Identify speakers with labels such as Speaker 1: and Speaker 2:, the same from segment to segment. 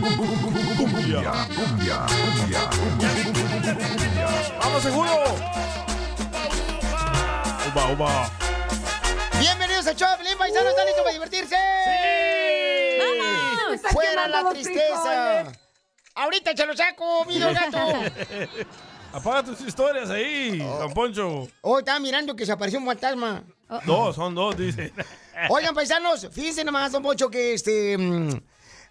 Speaker 1: Cumbia, cumbia, cumbia,
Speaker 2: ¡Vamos, seguro! ¡Uba, uba!
Speaker 3: Bienvenidos al show, Felipe Paisano, ¿están listos para divertirse?
Speaker 4: Me
Speaker 3: ¡Sí!
Speaker 4: estás
Speaker 3: ¡Fuera
Speaker 4: quemando
Speaker 3: la
Speaker 4: los
Speaker 3: tristeza!
Speaker 4: frijoles.
Speaker 3: ¡Ahorita se lo saco, mi don gato!
Speaker 2: Apaga tus historias ahí, Don Poncho.
Speaker 3: Hoy Oh, estaba mirando que se apareció un fantasma.
Speaker 4: Oh,
Speaker 2: Dos, son dos, dice.
Speaker 3: Oigan, paisanos, fíjense nomás, don Pocho, que este. mm,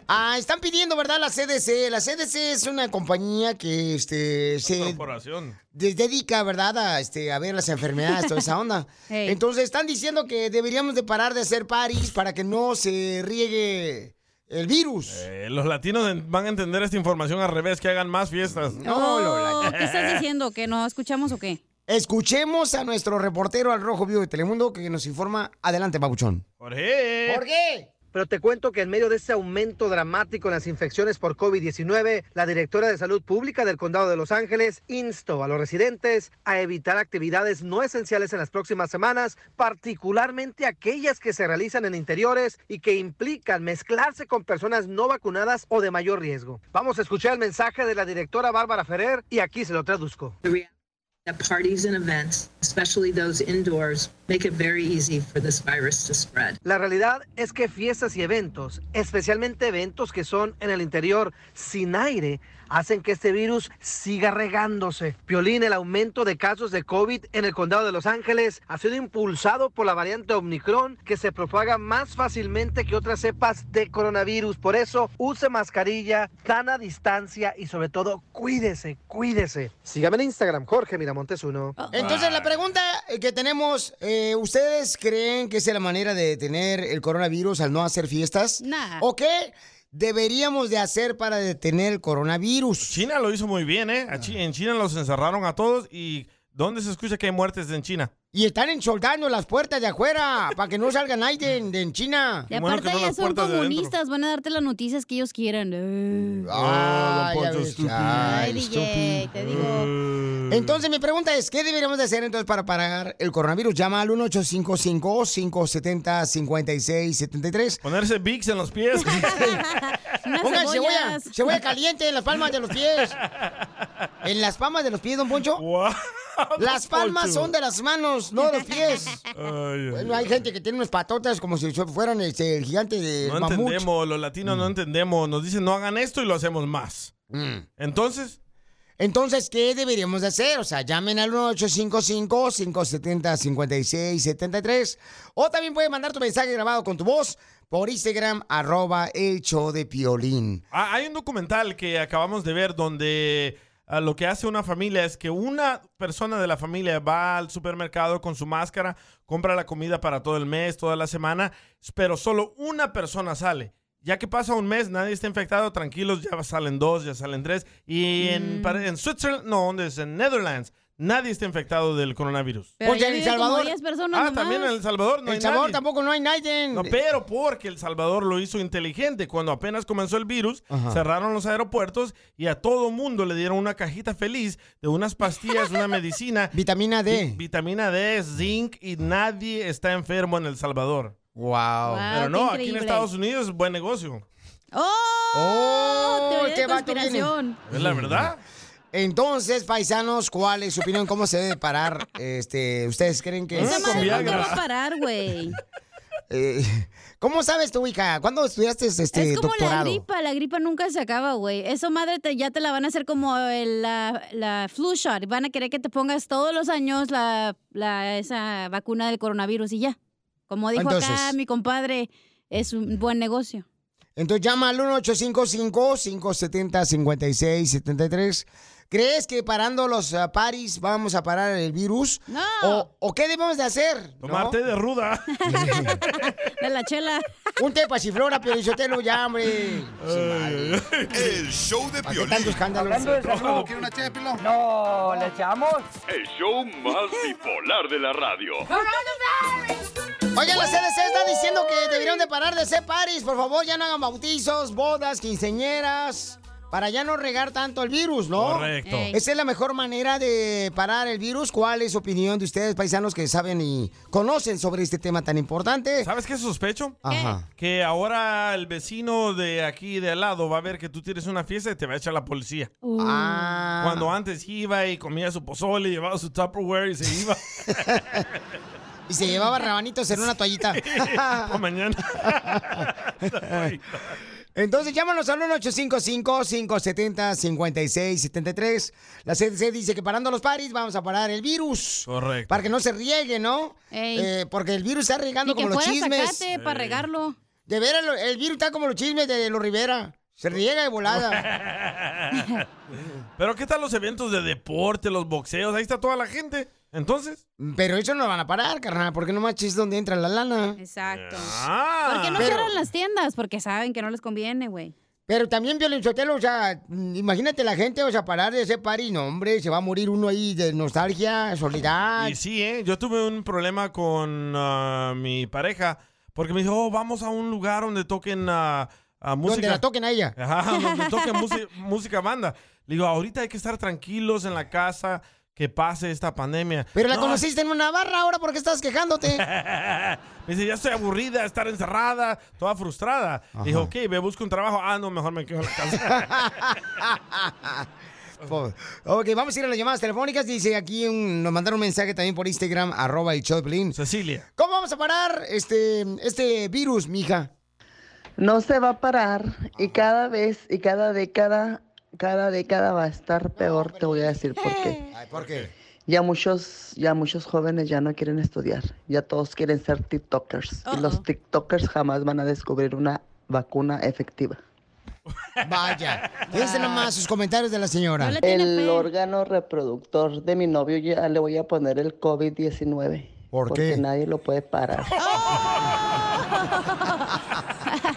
Speaker 3: ah, están pidiendo, ¿verdad? La CDC. La CDC es una compañía que este, se
Speaker 2: Corporación.
Speaker 3: des- dedica, ¿verdad? A, este, a ver las enfermedades, toda esa onda.
Speaker 4: Ey.
Speaker 3: Entonces están diciendo que deberíamos de parar de hacer paris para que no se riegue el virus.
Speaker 2: Eh, los latinos en- van a entender esta información al revés, que hagan más fiestas.
Speaker 3: No, Lola.
Speaker 4: Oh, ¿Qué estás diciendo? ¿Que no escuchamos o qué?
Speaker 3: Escuchemos a nuestro reportero al Rojo Vivo de Telemundo que nos informa. Adelante, Pabuchón.
Speaker 2: Jorge.
Speaker 3: qué?
Speaker 5: Pero te cuento que en medio de ese aumento dramático en las infecciones por COVID-19, la directora de Salud Pública del Condado de Los Ángeles instó a los residentes a evitar actividades no esenciales en las próximas semanas, particularmente aquellas que se realizan en interiores y que implican mezclarse con personas no vacunadas o de mayor riesgo. Vamos a escuchar el mensaje de la directora Bárbara Ferrer y aquí se lo traduzco.
Speaker 6: The reality that parties and events, especially those indoors, make it very easy for this virus to spread.
Speaker 5: La realidad es que fiestas y eventos, especialmente eventos que son en el interior sin aire, hacen que este virus siga regándose. Piolín, el aumento de casos de COVID en el condado de Los Ángeles ha sido impulsado por la variante Omicron que se propaga más fácilmente que otras cepas de coronavirus. Por eso, use mascarilla, sana distancia y sobre todo, cuídese, cuídese. Sígame en Instagram, Jorge Miramontes 1.
Speaker 3: Entonces, la pregunta eh, que tenemos, eh, ¿ustedes creen que esa es la manera de detener el coronavirus al no hacer fiestas?
Speaker 4: Nah.
Speaker 3: ¿O qué deberíamos de hacer para detener el coronavirus?
Speaker 2: China lo hizo muy bien, ¿eh? A
Speaker 3: Ah.
Speaker 2: Chi- En China los encerraron a todos y ¿dónde se escucha que hay muertes en China?
Speaker 3: Y están ensoldando las puertas de afuera para que no salga nadie de, de en China.
Speaker 4: Y
Speaker 2: Bueno,
Speaker 4: aparte
Speaker 2: que no
Speaker 4: ya
Speaker 2: las
Speaker 4: son
Speaker 2: puertas de adentro.
Speaker 4: comunistas, van a darte las noticias que ellos quieran. Eh.
Speaker 3: Ah,
Speaker 2: don
Speaker 3: ya
Speaker 2: Poncho,
Speaker 3: ves.
Speaker 2: estúpido.
Speaker 3: Ay,
Speaker 4: Ay, DJ,
Speaker 3: estúpido.
Speaker 4: te digo.
Speaker 2: Eh,
Speaker 3: Entonces, mi pregunta es, ¿qué deberíamos de hacer entonces para parar el coronavirus? Llama al 1855-570-5673.
Speaker 2: Ponerse Vicks en los pies.
Speaker 4: Unas
Speaker 3: Pongan cebolla,
Speaker 4: cebollas.
Speaker 3: cebolla caliente en las palmas de los pies. En las palmas de los pies, don Poncho.
Speaker 2: Wow,
Speaker 3: Las
Speaker 2: don
Speaker 3: palmas
Speaker 2: Poncho.
Speaker 3: son de las manos, no de los pies.
Speaker 2: Ay, ay,
Speaker 3: Bueno, hay gente que tiene unas patotas como si fueran este, el gigante de
Speaker 2: No
Speaker 3: mamut.
Speaker 2: entendemos, los latinos no entendemos. Nos dicen no hagan esto y lo hacemos más.
Speaker 3: Mm.
Speaker 2: Entonces,
Speaker 3: Entonces, ¿qué deberíamos de hacer? O sea, llamen al 1855-570-5673. O también pueden mandar tu mensaje grabado con tu voz por Instagram, arroba el show de Piolín.
Speaker 2: ha- Ah, hay un documental que acabamos de ver donde ah, lo que hace una familia es que una persona de la familia va al supermercado con su máscara, compra la comida para todo el mes, toda la semana, pero solo una persona sale. Ya que pasa un mes, nadie está infectado, tranquilos, ya salen dos, ya salen tres. Y
Speaker 4: Mm.
Speaker 2: en, pare- en Switzerland, no, ¿dónde es? En Netherlands, nadie está infectado del coronavirus.
Speaker 4: Pero
Speaker 3: Oye,
Speaker 4: allá
Speaker 3: en
Speaker 4: viven como
Speaker 3: Salvador.
Speaker 4: 10 personas
Speaker 2: Ah,
Speaker 4: nomás.
Speaker 2: también en El Salvador no
Speaker 3: el
Speaker 2: hay
Speaker 3: Salvador
Speaker 2: nadie.
Speaker 3: tampoco no hay nadie.
Speaker 2: No, pero porque El Salvador lo hizo inteligente. Cuando apenas comenzó el virus,
Speaker 3: Ajá.
Speaker 2: cerraron los aeropuertos y a todo mundo le dieron una cajita feliz de unas pastillas, una medicina,
Speaker 3: Vitamina
Speaker 2: vi-
Speaker 3: D.
Speaker 2: vitamina D, zinc y nadie está enfermo en El Salvador.
Speaker 3: wow.
Speaker 4: Wow,
Speaker 2: Pero
Speaker 4: qué
Speaker 2: no, aquí en
Speaker 4: increíble.
Speaker 2: Estados Unidos es buen negocio.
Speaker 4: ¡Oh!
Speaker 3: ¡Oh!
Speaker 4: Teoría de
Speaker 3: este vato tiene-
Speaker 4: conspiración.
Speaker 2: Es la verdad.
Speaker 3: Entonces, paisanos, ¿cuál es su opinión? ¿Cómo se debe parar? Este, ¿Ustedes creen que
Speaker 4: Esa
Speaker 3: es-
Speaker 2: Mm, con
Speaker 4: madre nunca
Speaker 2: Viagra.
Speaker 4: va a parar, güey.
Speaker 3: eh, ¿Cómo sabes tú, hija? ¿Cuándo estudiaste este
Speaker 4: es como la
Speaker 3: doctorado?
Speaker 4: gripa, la gripa nunca se acaba, güey. Eso, madre, te- ya te la van a hacer como el- la, la flu shot. Van a querer que te pongas todos los años la, la- esa vacuna del coronavirus y ya. Como dijo acá
Speaker 3: Entonces-
Speaker 4: mi compadre, es un buen negocio.
Speaker 3: Entonces llama al 1855-570-5673. ¿Crees que parando los ah, paris vamos a parar el virus?
Speaker 4: No.
Speaker 3: ¿O, o qué debemos de hacer? ¿No?
Speaker 2: Tomarte de ruda.
Speaker 4: De la chela.
Speaker 3: Un té pasiflora, pero yo te lo hombre.
Speaker 1: El show de
Speaker 3: ¿Para qué
Speaker 1: Piolín.
Speaker 3: tanto escándalo?
Speaker 7: ¿Quiere una No, ¿le echamos?
Speaker 8: El show más bipolar de la radio.
Speaker 3: Oye, la CDC está diciendo que deberían de parar de hacer paris. Por favor, ya no hagan bautizos, bodas, quinceñeras. Para ya no regar tanto el virus, ¿no?
Speaker 2: Correcto. Ey.
Speaker 3: Esa es la mejor manera de parar el virus. ¿Cuál es su opinión de ustedes, paisanos, que saben y conocen sobre este tema tan importante? Ah.
Speaker 2: ¿Sabes qué sospecho?
Speaker 3: Ajá.
Speaker 2: Que ahora el vecino de aquí de al lado va a ver que tú tienes una fiesta y te va a echar la policía.
Speaker 3: Ah.
Speaker 2: Cuando antes iba y comía su pozole, llevaba su Tupperware y se iba.
Speaker 3: Y se llevaba rabanitos en una toallita.
Speaker 2: Por mañana.
Speaker 3: Entonces llámanos al 1-855-570-5673. La CDC dice que parando los paris vamos a parar el virus.
Speaker 2: Correcto.
Speaker 3: Para que no se riegue, ¿no?
Speaker 4: Ey.
Speaker 3: Eh, porque el virus está
Speaker 4: Ni
Speaker 3: regando
Speaker 4: que
Speaker 3: como los
Speaker 4: fuera
Speaker 3: chismes.
Speaker 4: zacate para regarlo.
Speaker 3: De veras, lo- el virus está como los chismes de los Rivera. Se riega de volada.
Speaker 2: Pero ¿qué tal los eventos de deporte, los boxeos? Ahí está toda la gente. Entonces.
Speaker 3: Pero eso no lo van a parar, carnal, porque no manches donde entra la lana.
Speaker 4: Exacto.
Speaker 2: Ah.
Speaker 4: ¿Por qué no
Speaker 3: Pero-
Speaker 4: cierran las tiendas? Porque saben que no les conviene, güey.
Speaker 3: Pero también, Violín Sotelo, o sea, mm, imagínate la gente, o sea, parar de ese party, no, hombre, se va a morir uno ahí de nostalgia, soledad.
Speaker 2: Y sí, ¿eh? Yo tuve un problema con ah, mi pareja porque me dijo, oh, vamos a un lugar donde toquen ah, ah, música.
Speaker 3: Donde la toquen a ella.
Speaker 2: Ajá, donde toquen música, música banda. Le digo, ahorita hay que estar tranquilos en la casa que pase esta pandemia.
Speaker 3: Pero la
Speaker 2: No,
Speaker 3: conociste en una barra ahora porque estás quejándote.
Speaker 2: Me dice, ya estoy aburrida de estar encerrada, toda frustrada. Le Dije, ok, me busco un trabajo. Ah, no, mejor me quedo en la casa.
Speaker 3: Por- ok, vamos a ir a las llamadas telefónicas. Dice aquí, un- nos mandaron un mensaje también por Instagram, arroba el show de Piolín.
Speaker 2: Cecilia.
Speaker 3: ¿Cómo vamos a parar este, este virus, mija?
Speaker 9: No se va a parar y cada vez y cada década, cada década va a estar peor, te voy a decir por qué.
Speaker 3: Ay, ¿por qué?
Speaker 9: Ya muchos, ya muchos jóvenes ya no quieren estudiar, ya todos quieren ser TikTokers y
Speaker 4: Uh-oh.
Speaker 9: los TikTokers jamás van a descubrir una vacuna efectiva.
Speaker 3: Vaya, fíjense nomás sus comentarios de la señora.
Speaker 4: No le tiene
Speaker 9: El
Speaker 4: fe.
Speaker 9: órgano reproductor de mi novio ya le voy a poner el COVID-19.
Speaker 3: ¿Por
Speaker 9: porque
Speaker 3: qué?
Speaker 9: nadie lo puede parar.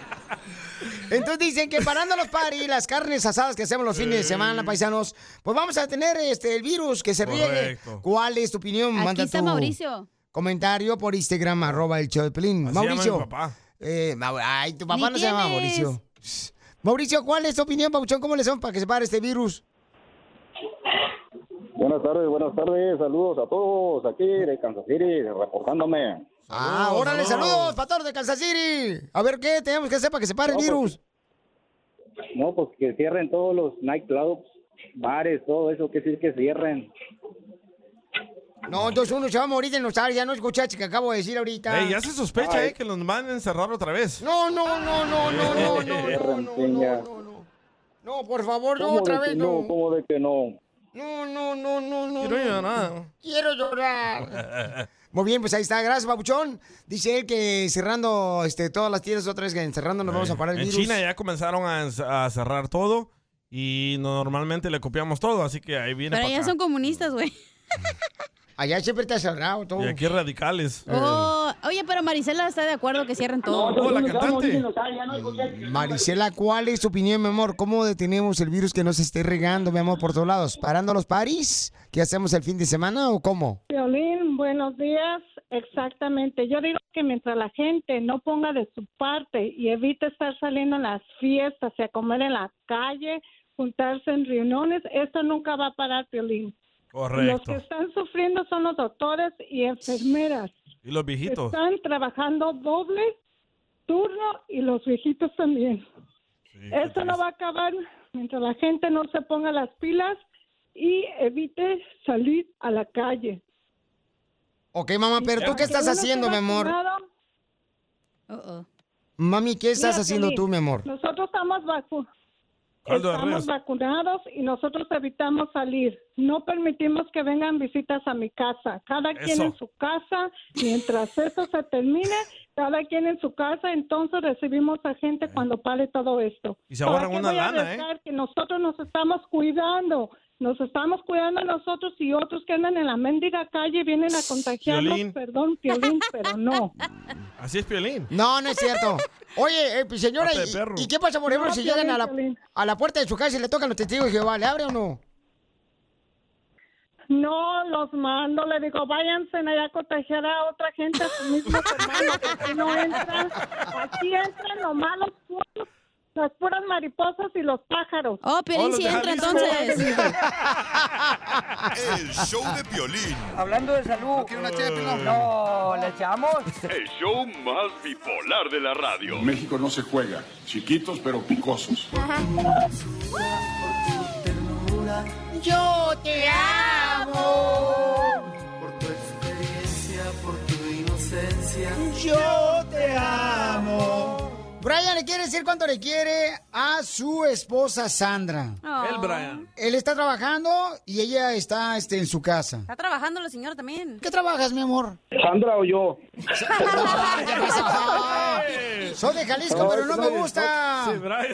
Speaker 3: Entonces dicen que parando los paris, las carnes asadas que hacemos los fines de semana, paisanos, pues vamos a tener este el virus que se riegue.
Speaker 2: Correcto.
Speaker 3: ¿Cuál es tu opinión?
Speaker 4: Aquí
Speaker 3: Manda
Speaker 4: está
Speaker 3: tu
Speaker 4: Mauricio.
Speaker 3: comentario por Instagram, arroba el show de Piolín.
Speaker 2: Así
Speaker 3: Mauricio.
Speaker 2: llama mi papá.
Speaker 3: Eh, Mau- ay, tu papá
Speaker 4: Ni
Speaker 3: no se llama
Speaker 4: tienes.
Speaker 3: Mauricio. Mauricio, ¿cuál es tu opinión, Pabuchón? ¿Cómo le son para que se pare este virus?
Speaker 10: Buenas tardes, buenas tardes, saludos a todos aquí de Kansas City, reportándome.
Speaker 3: Ah, órale, saludos, Pastor de Kansas City. A ver qué tenemos que hacer para que se pare el
Speaker 10: No, pues-
Speaker 3: virus.
Speaker 10: No, pues que cierren todos los nightclubs, bares, todo eso, que sí que cierren.
Speaker 3: No, entonces uno se va a morir de nostalgia. No escuchaste que acabo de decir ahorita.
Speaker 2: Ey, ya se sospecha, eh, que nos van a encerrar otra vez.
Speaker 3: No, no, no, no, no, no, no, no, no, no, no, no. No, por favor, no,
Speaker 10: ¿Cómo
Speaker 3: otra
Speaker 10: de que
Speaker 3: vez
Speaker 10: no?
Speaker 3: no.
Speaker 10: ¿Cómo de que no?
Speaker 3: No, no, no, no, no.
Speaker 2: Quiero
Speaker 3: no.
Speaker 2: llorar.
Speaker 3: Quiero llorar. Muy bien, pues ahí está. Gracias, Babuchón. Dice él que cerrando este, todas las tiendas otra vez, que encerrando nos vamos a parar el
Speaker 2: en
Speaker 3: virus.
Speaker 2: China ya comenzaron a, ens- a cerrar todo y normalmente le copiamos todo, así que ahí viene
Speaker 4: Pero
Speaker 2: para
Speaker 4: ya
Speaker 2: acá.
Speaker 4: son comunistas, güey.
Speaker 3: Allá siempre está cerrado todo.
Speaker 2: Y aquí radicales.
Speaker 4: Oh, oye, pero Marisela está de acuerdo que cierren todo.
Speaker 2: Oh, la cantante.
Speaker 3: Marisela, ¿cuál es tu opinión, mi amor? ¿Cómo detenemos el virus que nos esté regando, mi amor, por todos lados? ¿Parando los paris? ¿Qué hacemos el fin de semana o cómo?
Speaker 11: Violín, buenos días. Exactamente. Yo digo que mientras la gente no ponga de su parte y evite estar saliendo en las fiestas y a comer en la calle, juntarse en reuniones, esto nunca va a parar, Violín. Los que
Speaker 2: Correcto.
Speaker 11: están sufriendo son los doctores y enfermeras.
Speaker 2: Y los viejitos.
Speaker 11: Están trabajando doble turno y los viejitos también.
Speaker 2: Sí, qué
Speaker 11: Esto no va a acabar mientras la gente no se ponga las pilas y evite salir a la calle.
Speaker 3: Ok, mamá, pero ¿tú
Speaker 11: Porque
Speaker 3: qué estás
Speaker 11: uno
Speaker 3: haciendo, mi
Speaker 11: queda
Speaker 3: amor?
Speaker 11: vacunado.
Speaker 4: Oh, oh.
Speaker 3: Mami, ¿qué estás
Speaker 11: Mira,
Speaker 3: haciendo
Speaker 11: Piolín,
Speaker 3: tú, mi amor?
Speaker 11: Nosotros estamos, vacu-
Speaker 2: Caldo de
Speaker 11: estamos
Speaker 2: res.
Speaker 11: vacunados y nosotros evitamos salir. No permitimos que vengan visitas a mi casa. Cada quien
Speaker 2: Eso.
Speaker 11: en su casa. Mientras eso se termine, cada quien en su casa. Entonces recibimos a gente cuando pare todo esto.
Speaker 2: Eh. Y se
Speaker 11: ¿Para
Speaker 2: ahorran
Speaker 11: qué
Speaker 2: una
Speaker 11: voy a
Speaker 2: lana, ¿eh?
Speaker 11: arriesgar Que nosotros nos estamos cuidando. Nos estamos cuidando nosotros y otros que andan en la mendiga calle vienen a contagiarnos.
Speaker 2: Piolín.
Speaker 11: Perdón, Piolín, pero no.
Speaker 2: Así es, Piolín.
Speaker 3: No, no es cierto. Oye, eh, pues, señora,
Speaker 2: Pata de
Speaker 3: ¿y,
Speaker 2: perro.
Speaker 3: y qué pasa, por ejemplo,
Speaker 11: No,
Speaker 3: si
Speaker 11: Piolín,
Speaker 3: llegan a la,
Speaker 11: Piolín.
Speaker 3: a la puerta de su casa y le tocan los testigos de Jehová? ¿Le abre o no?
Speaker 11: No, los mando, le digo, váyanse allá a contagiar a otra gente, a sus mismos hermanos, aquí no entran, aquí entran nomás los puros
Speaker 12: Las puras mariposas y los pájaros.
Speaker 4: Oh,
Speaker 13: Piolín Oh, los sí de entra, Jalisco. entonces.
Speaker 7: El show de violín. Hablando de salud. ¿No quiere una ché de pilón? No, ¿le echamos?
Speaker 14: El show más bipolar de la radio.
Speaker 8: México no se juega. Chiquitos pero picosos.
Speaker 15: Yo te amo.
Speaker 16: por tu inocencia.
Speaker 1: Yo te amo. Brian le quiere decir cuánto le quiere a su esposa Sandra.
Speaker 2: El Brian.
Speaker 1: Él está trabajando y ella está este, en su casa.
Speaker 4: Está trabajando la señora también.
Speaker 1: ¿Qué trabajas, mi amor?
Speaker 10: ¿Sandra o yo?
Speaker 1: Soy de Jalisco, pero no me gusta.
Speaker 10: Sí, No, no la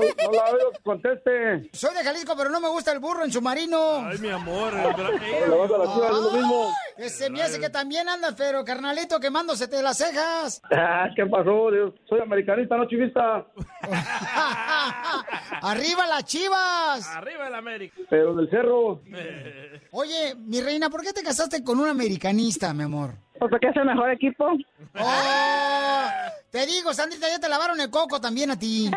Speaker 10: oigo, conteste.
Speaker 1: Soy de Jalisco, pero no me gusta el burro en submarino. Ay, mi amor,
Speaker 10: el bra- Le vas a las chivas, es lo mismo.
Speaker 1: Que se me hace que también andas, pero carnalito, quemándosete las cejas.
Speaker 10: Ah, ¿Qué pasó? Yo soy americanista, no chivista.
Speaker 1: ¡Arriba las chivas!
Speaker 2: Arriba el América.
Speaker 10: Pero del cerro.
Speaker 1: Oye, mi reina, ¿por qué te casaste con un americanista, mi amor?
Speaker 11: porque es el mejor equipo.
Speaker 1: ¡Oh! Te digo, Sandrita, ya te lavaron el coco también a ti.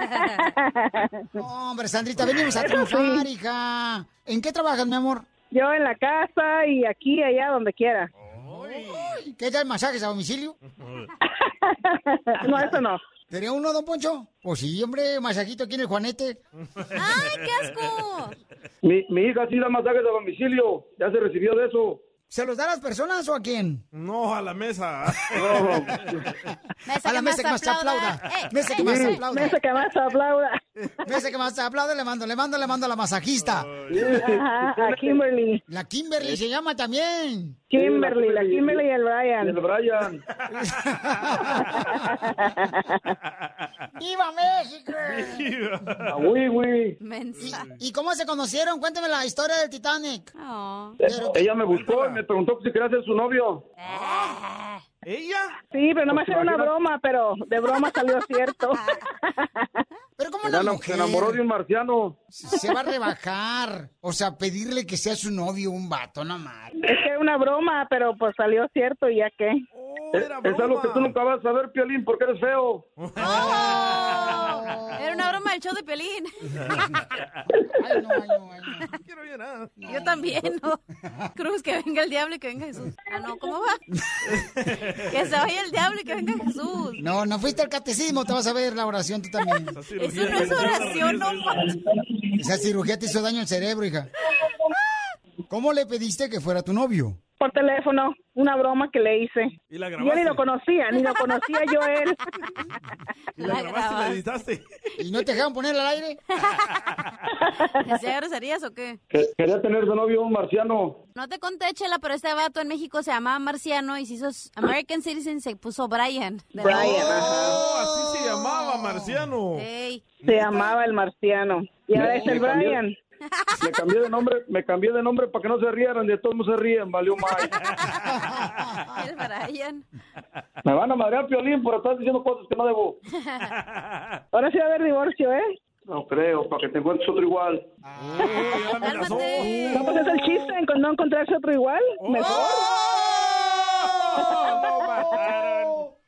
Speaker 1: No, hombre, Sandrita, venimos a triunfar, hija. ¿En qué trabajas, mi amor?
Speaker 11: Yo en la casa y aquí, allá, donde quiera.
Speaker 1: Ay, ¿Qué tal masajes a domicilio?
Speaker 11: No, eso no.
Speaker 1: ¿Tenía uno, don Poncho? Pues sí, hombre, masajito aquí en el Juanete. ¡Ay, qué asco!
Speaker 10: Mi, mi hija sí da masajes a domicilio. Ya se recibió de eso.
Speaker 1: ¿Se los da a las personas o a quién?
Speaker 2: No, a la mesa.
Speaker 1: a la mesa que más te aplauda. Eh,
Speaker 11: Eh,
Speaker 1: Mesa que más te aplauda.
Speaker 11: Mesa que más te aplauda.
Speaker 1: Mesa que más te aplauda, le mando, le mando, le mando a la masajista.
Speaker 11: Ajá, a Kimberly.
Speaker 1: La Kimberly se llama también.
Speaker 11: Kimberly, la Kimberly y el Brian.
Speaker 10: El Brian.
Speaker 1: ¡Viva México!
Speaker 10: Ah, uy, uy.
Speaker 1: ¿Y, y cómo se conocieron? Cuéntame la historia del Titanic.
Speaker 10: Eh,
Speaker 1: Pero-
Speaker 10: Ella me buscó y me preguntó si quería ser su novio.
Speaker 2: ¿Ella?
Speaker 11: Sí, pero nomás
Speaker 10: Pues,
Speaker 11: era una
Speaker 10: imagínate.
Speaker 11: broma, pero de broma salió cierto.
Speaker 10: Se enano- se enamoró de un marciano.
Speaker 1: Se va a rebajar. O sea, pedirle que sea su novio un vato, no mal.
Speaker 11: Es que era una broma, pero pues salió cierto y ya qué.
Speaker 10: Es, Eh, es algo que tú nunca vas a saber, Piolín, porque eres feo.
Speaker 4: Era una broma del show de Pelín. Yo también, ¿no? Cruz, que venga el diablo y que venga Jesús. Ah, no, ¿cómo va? Que se vaya el diablo y que venga Jesús.
Speaker 1: No, no fuiste al catecismo, te vas a ver la oración tú también.
Speaker 4: Eso no es oración, no manches.
Speaker 1: Esa cirugía te hizo daño al cerebro, hija. ¿Cómo le pediste que fuera tu novio?
Speaker 11: Por teléfono, una broma que le hice.
Speaker 2: ¿Y la
Speaker 11: Yo ni lo conocía, ni lo conocía yo a él.
Speaker 2: ¿La grabaste y la editaste?
Speaker 1: ¿Y no te dejaron poner al aire?
Speaker 4: ¿Que sea groserías o qué?
Speaker 10: Que- Quería tener de novio un marciano.
Speaker 4: No te conté, Chela, pero este vato en México se llamaba Marciano y se hizo American Citizen, se puso Brian. De la-
Speaker 2: así se llamaba, Oh, Marciano.
Speaker 4: Ey.
Speaker 11: Se llamaba el marciano. Y ahora es
Speaker 10: Me
Speaker 11: el
Speaker 10: cambié-
Speaker 11: Brian.
Speaker 10: Me cambié de nombre, me cambié de nombre para que no se rieran, de todos no se ríen, valió más.
Speaker 4: El Brian.
Speaker 10: Me van a madrear Piolín por estar diciendo cosas que no debo.
Speaker 11: Ahora sí va a haber divorcio, ¿eh?
Speaker 10: No creo, para que te encuentres otro igual.
Speaker 11: No, pues es el chiste, en- no encontrarse otro igual.
Speaker 10: ¡Oh!
Speaker 11: Mejor.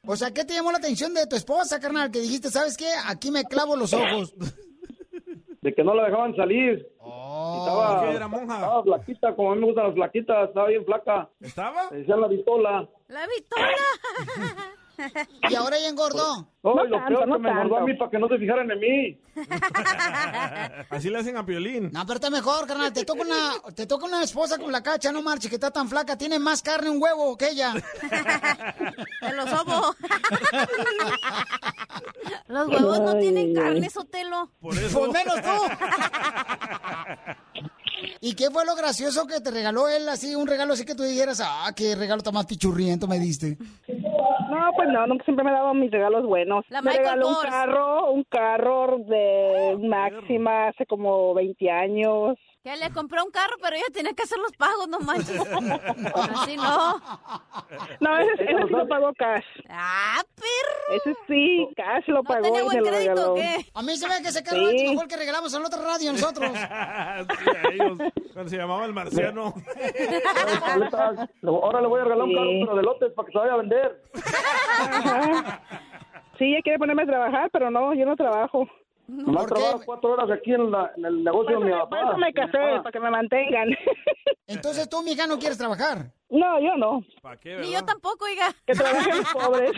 Speaker 1: O sea, ¿qué te llamó la atención de tu esposa, carnal? Que dijiste, ¿sabes qué? Aquí me clavo los ojos.
Speaker 10: De que no la dejaban salir.
Speaker 2: ¿Por
Speaker 10: Estaba,
Speaker 2: qué era monja?
Speaker 10: estaba flaquita, como a mí me gustan las flaquitas, estaba bien flaca.
Speaker 2: ¿Estaba?
Speaker 10: Le decían la pistola.
Speaker 4: La pistola.
Speaker 1: Y ahora ya engordó.
Speaker 10: No, y lo peor que me engordó a mí para que no se fijaran en mí.
Speaker 2: Así le hacen a Piolín.
Speaker 1: No, pero está mejor, carnal. Te toca una, te toca una esposa con la cacha, no marches, que está tan flaca. Tiene más carne un huevo que ella.
Speaker 4: Te los sobo. Los huevos no tienen carne, Sotelo.
Speaker 2: Por
Speaker 1: eso. Pues menos tú. ¿Y qué fue lo gracioso que te regaló él así? Un regalo así que tú dijeras, ah, qué regalo tan más pichurriento me diste.
Speaker 11: No, pues no, nunca siempre me daban mis regalos buenos.
Speaker 1: La
Speaker 11: me
Speaker 1: Michael
Speaker 11: regaló un
Speaker 1: Kors.
Speaker 11: carro, un carro de máxima hace como 20 años.
Speaker 4: Que le compró un carro, pero ella tenía que hacer los pagos, no manches. Así no.
Speaker 11: No, ese, ese sí lo pagó cash.
Speaker 4: Ah, perro.
Speaker 11: Ese sí, cash lo pagó y me lo regaló.
Speaker 1: A mí se ve que se quedó
Speaker 11: Sí.
Speaker 1: el mejor que regalamos en la otra radio nosotros.
Speaker 2: Cuando se llamaba el Marciano.
Speaker 10: Le- Ahora le voy a regalar un
Speaker 11: Sí.
Speaker 10: carro, pero de lotes, para que se vaya a vender.
Speaker 11: Ajá. Sí, ella quiere ponerme a trabajar, pero no, yo no trabajo.
Speaker 17: Nomás trabajo cuatro horas aquí en, la- en el negocio de Pues, mi
Speaker 18: Pásame-
Speaker 17: papá. Ah,
Speaker 18: pásame café
Speaker 17: Mi papá.
Speaker 18: para que me mantengan.
Speaker 3: Entonces tú, mija, no quieres trabajar.
Speaker 18: No, yo no.
Speaker 2: ¿Para qué,
Speaker 4: Ni yo tampoco, oiga.
Speaker 18: Que trabajen los pobres.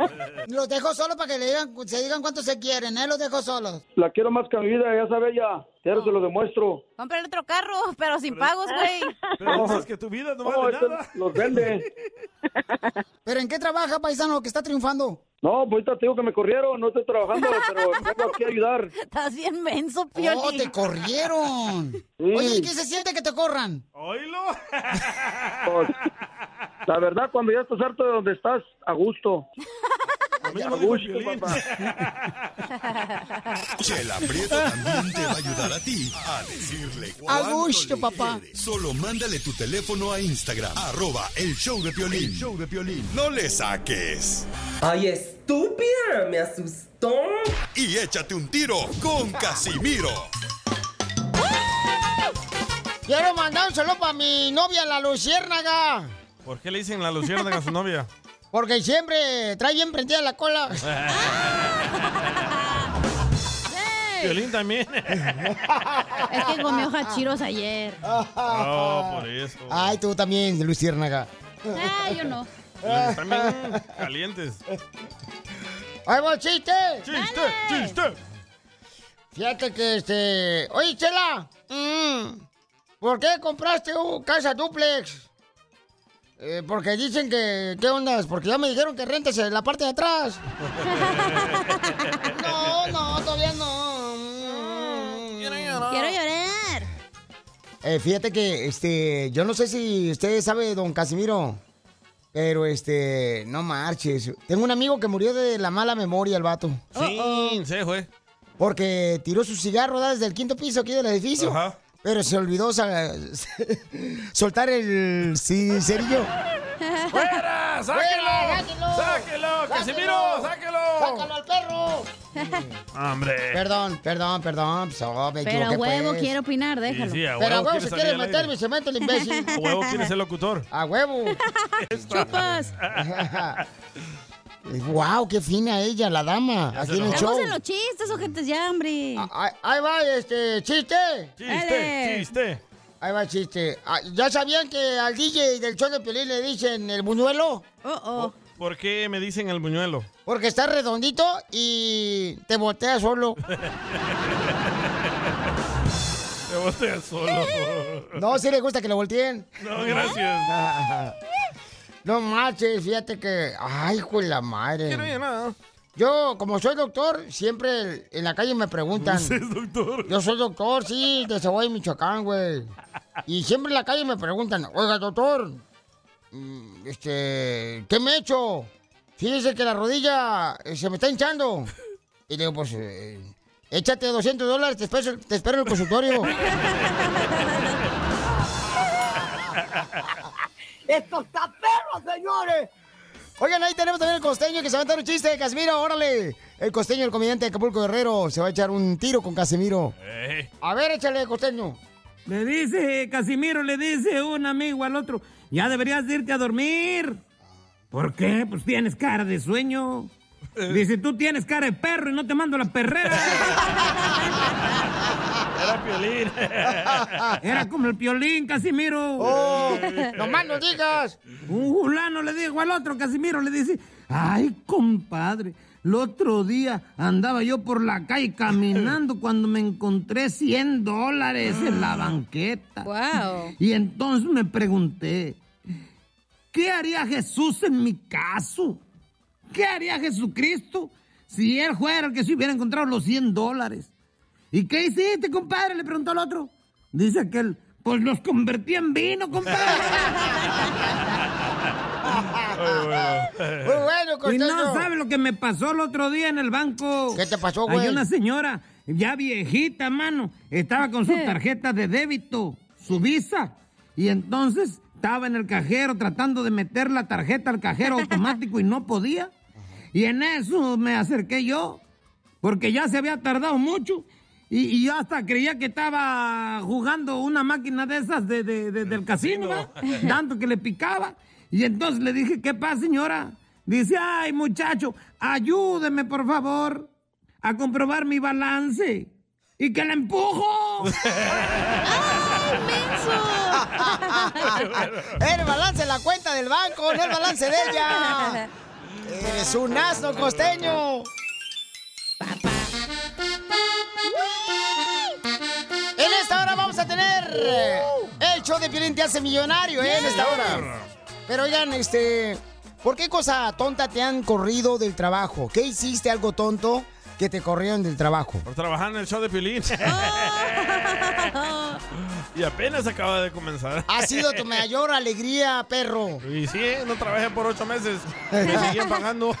Speaker 3: Los dejo solo para que le digan, se digan cuánto se quieren, ¿eh? Los dejo solos.
Speaker 17: La quiero más que a mi vida, ya sabe ella. Ya se lo demuestro.
Speaker 4: Comprar otro carro, pero sin pagos, güey.
Speaker 2: Pero dices que tu vida no
Speaker 17: No,
Speaker 2: vale
Speaker 17: este
Speaker 2: nada.
Speaker 17: los vende.
Speaker 3: ¿Pero en qué trabaja, paisano, que está triunfando?
Speaker 17: No, pues ahorita te digo que me corrieron, no estoy trabajando, pero vengo aquí a ayudar.
Speaker 4: Estás bien menso,
Speaker 3: Piolín. ¡Oh, te corrieron!
Speaker 17: Sí.
Speaker 3: Oye, ¿y ¿qué se siente que te corran?
Speaker 2: ¡Oílo!
Speaker 17: Pues, la verdad, cuando ya estás harto de donde estás, a gusto. A gusto, papá.
Speaker 19: Chela Prieto también te va a ayudar a ti a decirle
Speaker 3: A
Speaker 19: cuánto
Speaker 3: gusto,
Speaker 19: le
Speaker 3: papá.
Speaker 19: quieres. Solo mándale tu teléfono a Instagram, arroba el show de Piolín. show de Piolín. No le saques.
Speaker 20: Ay, estúpida, me asustó.
Speaker 19: Y échate un tiro con Casimiro.
Speaker 3: Quiero mandar un saludo para mi novia, la luciérnaga.
Speaker 2: ¿Por qué le dicen la luciérnaga a su novia?
Speaker 3: Porque siempre trae bien prendida la cola.
Speaker 2: Violín también.
Speaker 4: Es que comió hachiros ayer.
Speaker 2: Oh, por eso.
Speaker 3: Ay, tú también, luciérnaga.
Speaker 4: Ah, yo no.
Speaker 2: Están bien calientes.
Speaker 3: ¡Ahí va el chiste!
Speaker 2: ¡Chiste, chiste!
Speaker 3: Fíjate que este... Oye, Chela. mm, ¿Por qué compraste un casa duplex? Eh, porque dicen que... ¿Qué ondas? Porque ya me dijeron que rentas en la parte de atrás. No, no, todavía no.
Speaker 16: Quiero
Speaker 4: Mm. Quiero llorar.
Speaker 3: Eh, fíjate que, este, yo no sé si usted sabe, don Casimiro, pero este, no marches. Tengo un amigo que murió de la mala memoria, el vato.
Speaker 2: Sí, se fue.
Speaker 3: Porque tiró su cigarro ¿verdad? desde el quinto piso aquí del edificio.
Speaker 2: Ajá.
Speaker 3: Pero se olvidó sa- soltar el ci- cerillo.
Speaker 2: ¡Fuera! ¡Sáquelo!
Speaker 3: ¡Sáquelo!
Speaker 2: ¡Sáquelo! ¡Casimiro! ¡Sáquelo!
Speaker 3: ¡Sácalo al perro!
Speaker 2: Ah, ¡Hombre!
Speaker 3: Perdón, perdón, perdón. pues, oh, me
Speaker 4: Pero a
Speaker 3: equivoqué,
Speaker 4: huevo
Speaker 3: pues.
Speaker 4: quiero opinar, déjalo.
Speaker 2: sí, a
Speaker 3: Pero a
Speaker 2: huevo
Speaker 3: huevo
Speaker 2: quiere
Speaker 3: se
Speaker 2: salir
Speaker 3: quiere
Speaker 2: al
Speaker 3: meter,
Speaker 2: aire.
Speaker 3: mi cemento, el imbécil.
Speaker 2: A huevo quiere ser locutor.
Speaker 3: A huevo.
Speaker 1: Pues,
Speaker 4: Chupas.
Speaker 3: wow, Eh, qué fina ella, la dama. aquí en el show.
Speaker 4: Estamos en los chistes, ojetes, ya, hombre.
Speaker 3: Ahí- Ahí va, este, chiste.
Speaker 4: Dale.
Speaker 2: chiste.
Speaker 3: Ahí va el chiste. Ah, ¿Ya sabían que al DJ del show de Piolín le dicen el buñuelo?
Speaker 2: ¿Por qué me dicen el buñuelo?
Speaker 3: Porque está redondito y te voltea solo.
Speaker 2: Te volteas solo.
Speaker 3: No, si le gusta que lo volteen.
Speaker 2: No, gracias.
Speaker 3: No marches, fíjate que. Ay, hijo de la madre.
Speaker 2: Quiero llamada.
Speaker 3: Yo, como soy doctor, siempre en la calle me preguntan.
Speaker 16: ¿Usted es
Speaker 2: doctor?
Speaker 3: Yo soy doctor, sí, de Saboy, Michoacán, güey. Y siempre en la calle me preguntan, oiga, doctor, mm, este, ¿qué me he hecho? Fíjese que la rodilla eh, se me está hinchando. Y le digo, pues, eh, échate 200 dólares, te espero, te espero en el consultorio.
Speaker 16: ¡Esto está perro, señores!
Speaker 3: Oigan, ahí tenemos también el costeño que se va a dar un chiste, Casimiro, órale. El costeño, el comediante de Acapulco Guerrero, se va a echar un tiro con Casimiro. A ver, échale, costeño.
Speaker 21: Le dice, Casimiro, le dice un amigo al otro, ya deberías de irte a dormir. ¿Por qué? Pues tienes cara de sueño.
Speaker 3: Eh.
Speaker 21: Dice, tú tienes cara de perro y no te mando la perrera.
Speaker 2: Era Piolín.
Speaker 21: Era como el piolín, Casimiro.
Speaker 16: Oh,
Speaker 2: eh.
Speaker 16: nomás
Speaker 3: no digas.
Speaker 21: Un fulano le dijo al otro, Casimiro le dice, ay, compadre, el otro día andaba yo por la calle caminando cuando me encontré 100 dólares en la
Speaker 2: Ah.
Speaker 21: banqueta.
Speaker 4: Wow.
Speaker 21: Y entonces me pregunté, ¿qué haría Jesús en mi caso? ¿Qué haría Jesucristo si él fuera el que se hubiera encontrado los 100 dólares? ¿Y qué hiciste, compadre? Le preguntó al otro. Dice aquel, pues los convertí en vino, compadre.
Speaker 16: Muy bueno,
Speaker 21: y
Speaker 16: costeño.
Speaker 21: no sabe lo que me pasó el otro día en el banco. ¿Qué te pasó,
Speaker 16: güey?
Speaker 21: Hay una señora, ya viejita, mano, estaba con su
Speaker 16: Eh.
Speaker 21: tarjeta de débito, su visa, y entonces estaba en el cajero tratando de meter la tarjeta al cajero automático y no podía. Y en eso me acerqué yo, porque ya se había tardado mucho. Y, y yo hasta creía que estaba jugando una máquina de esas de- de- de- del casino, ¿verdad? tanto que le picaba. Y entonces le dije, ¿qué pasa, señora? Dice, ay, muchacho, ayúdeme, por favor. a comprobar mi balance. ¡Y que la empujo!
Speaker 3: el balance de la cuenta del banco, no el balance de ella. Eres un asno costeño. En esta hora vamos a tener eh, el show de Piolín te hace millonario, ¿eh? En esta hora. Pero oigan, este, ¿por qué cosa tonta te han corrido del trabajo? ¿Qué hiciste algo tonto que te corrieron del trabajo?
Speaker 2: Por trabajar en el show de Piolín. y apenas acaba de comenzar.
Speaker 3: Ha sido tu mayor alegría, perro.
Speaker 2: Y sí, no trabajé por ocho meses. Me seguían pagando.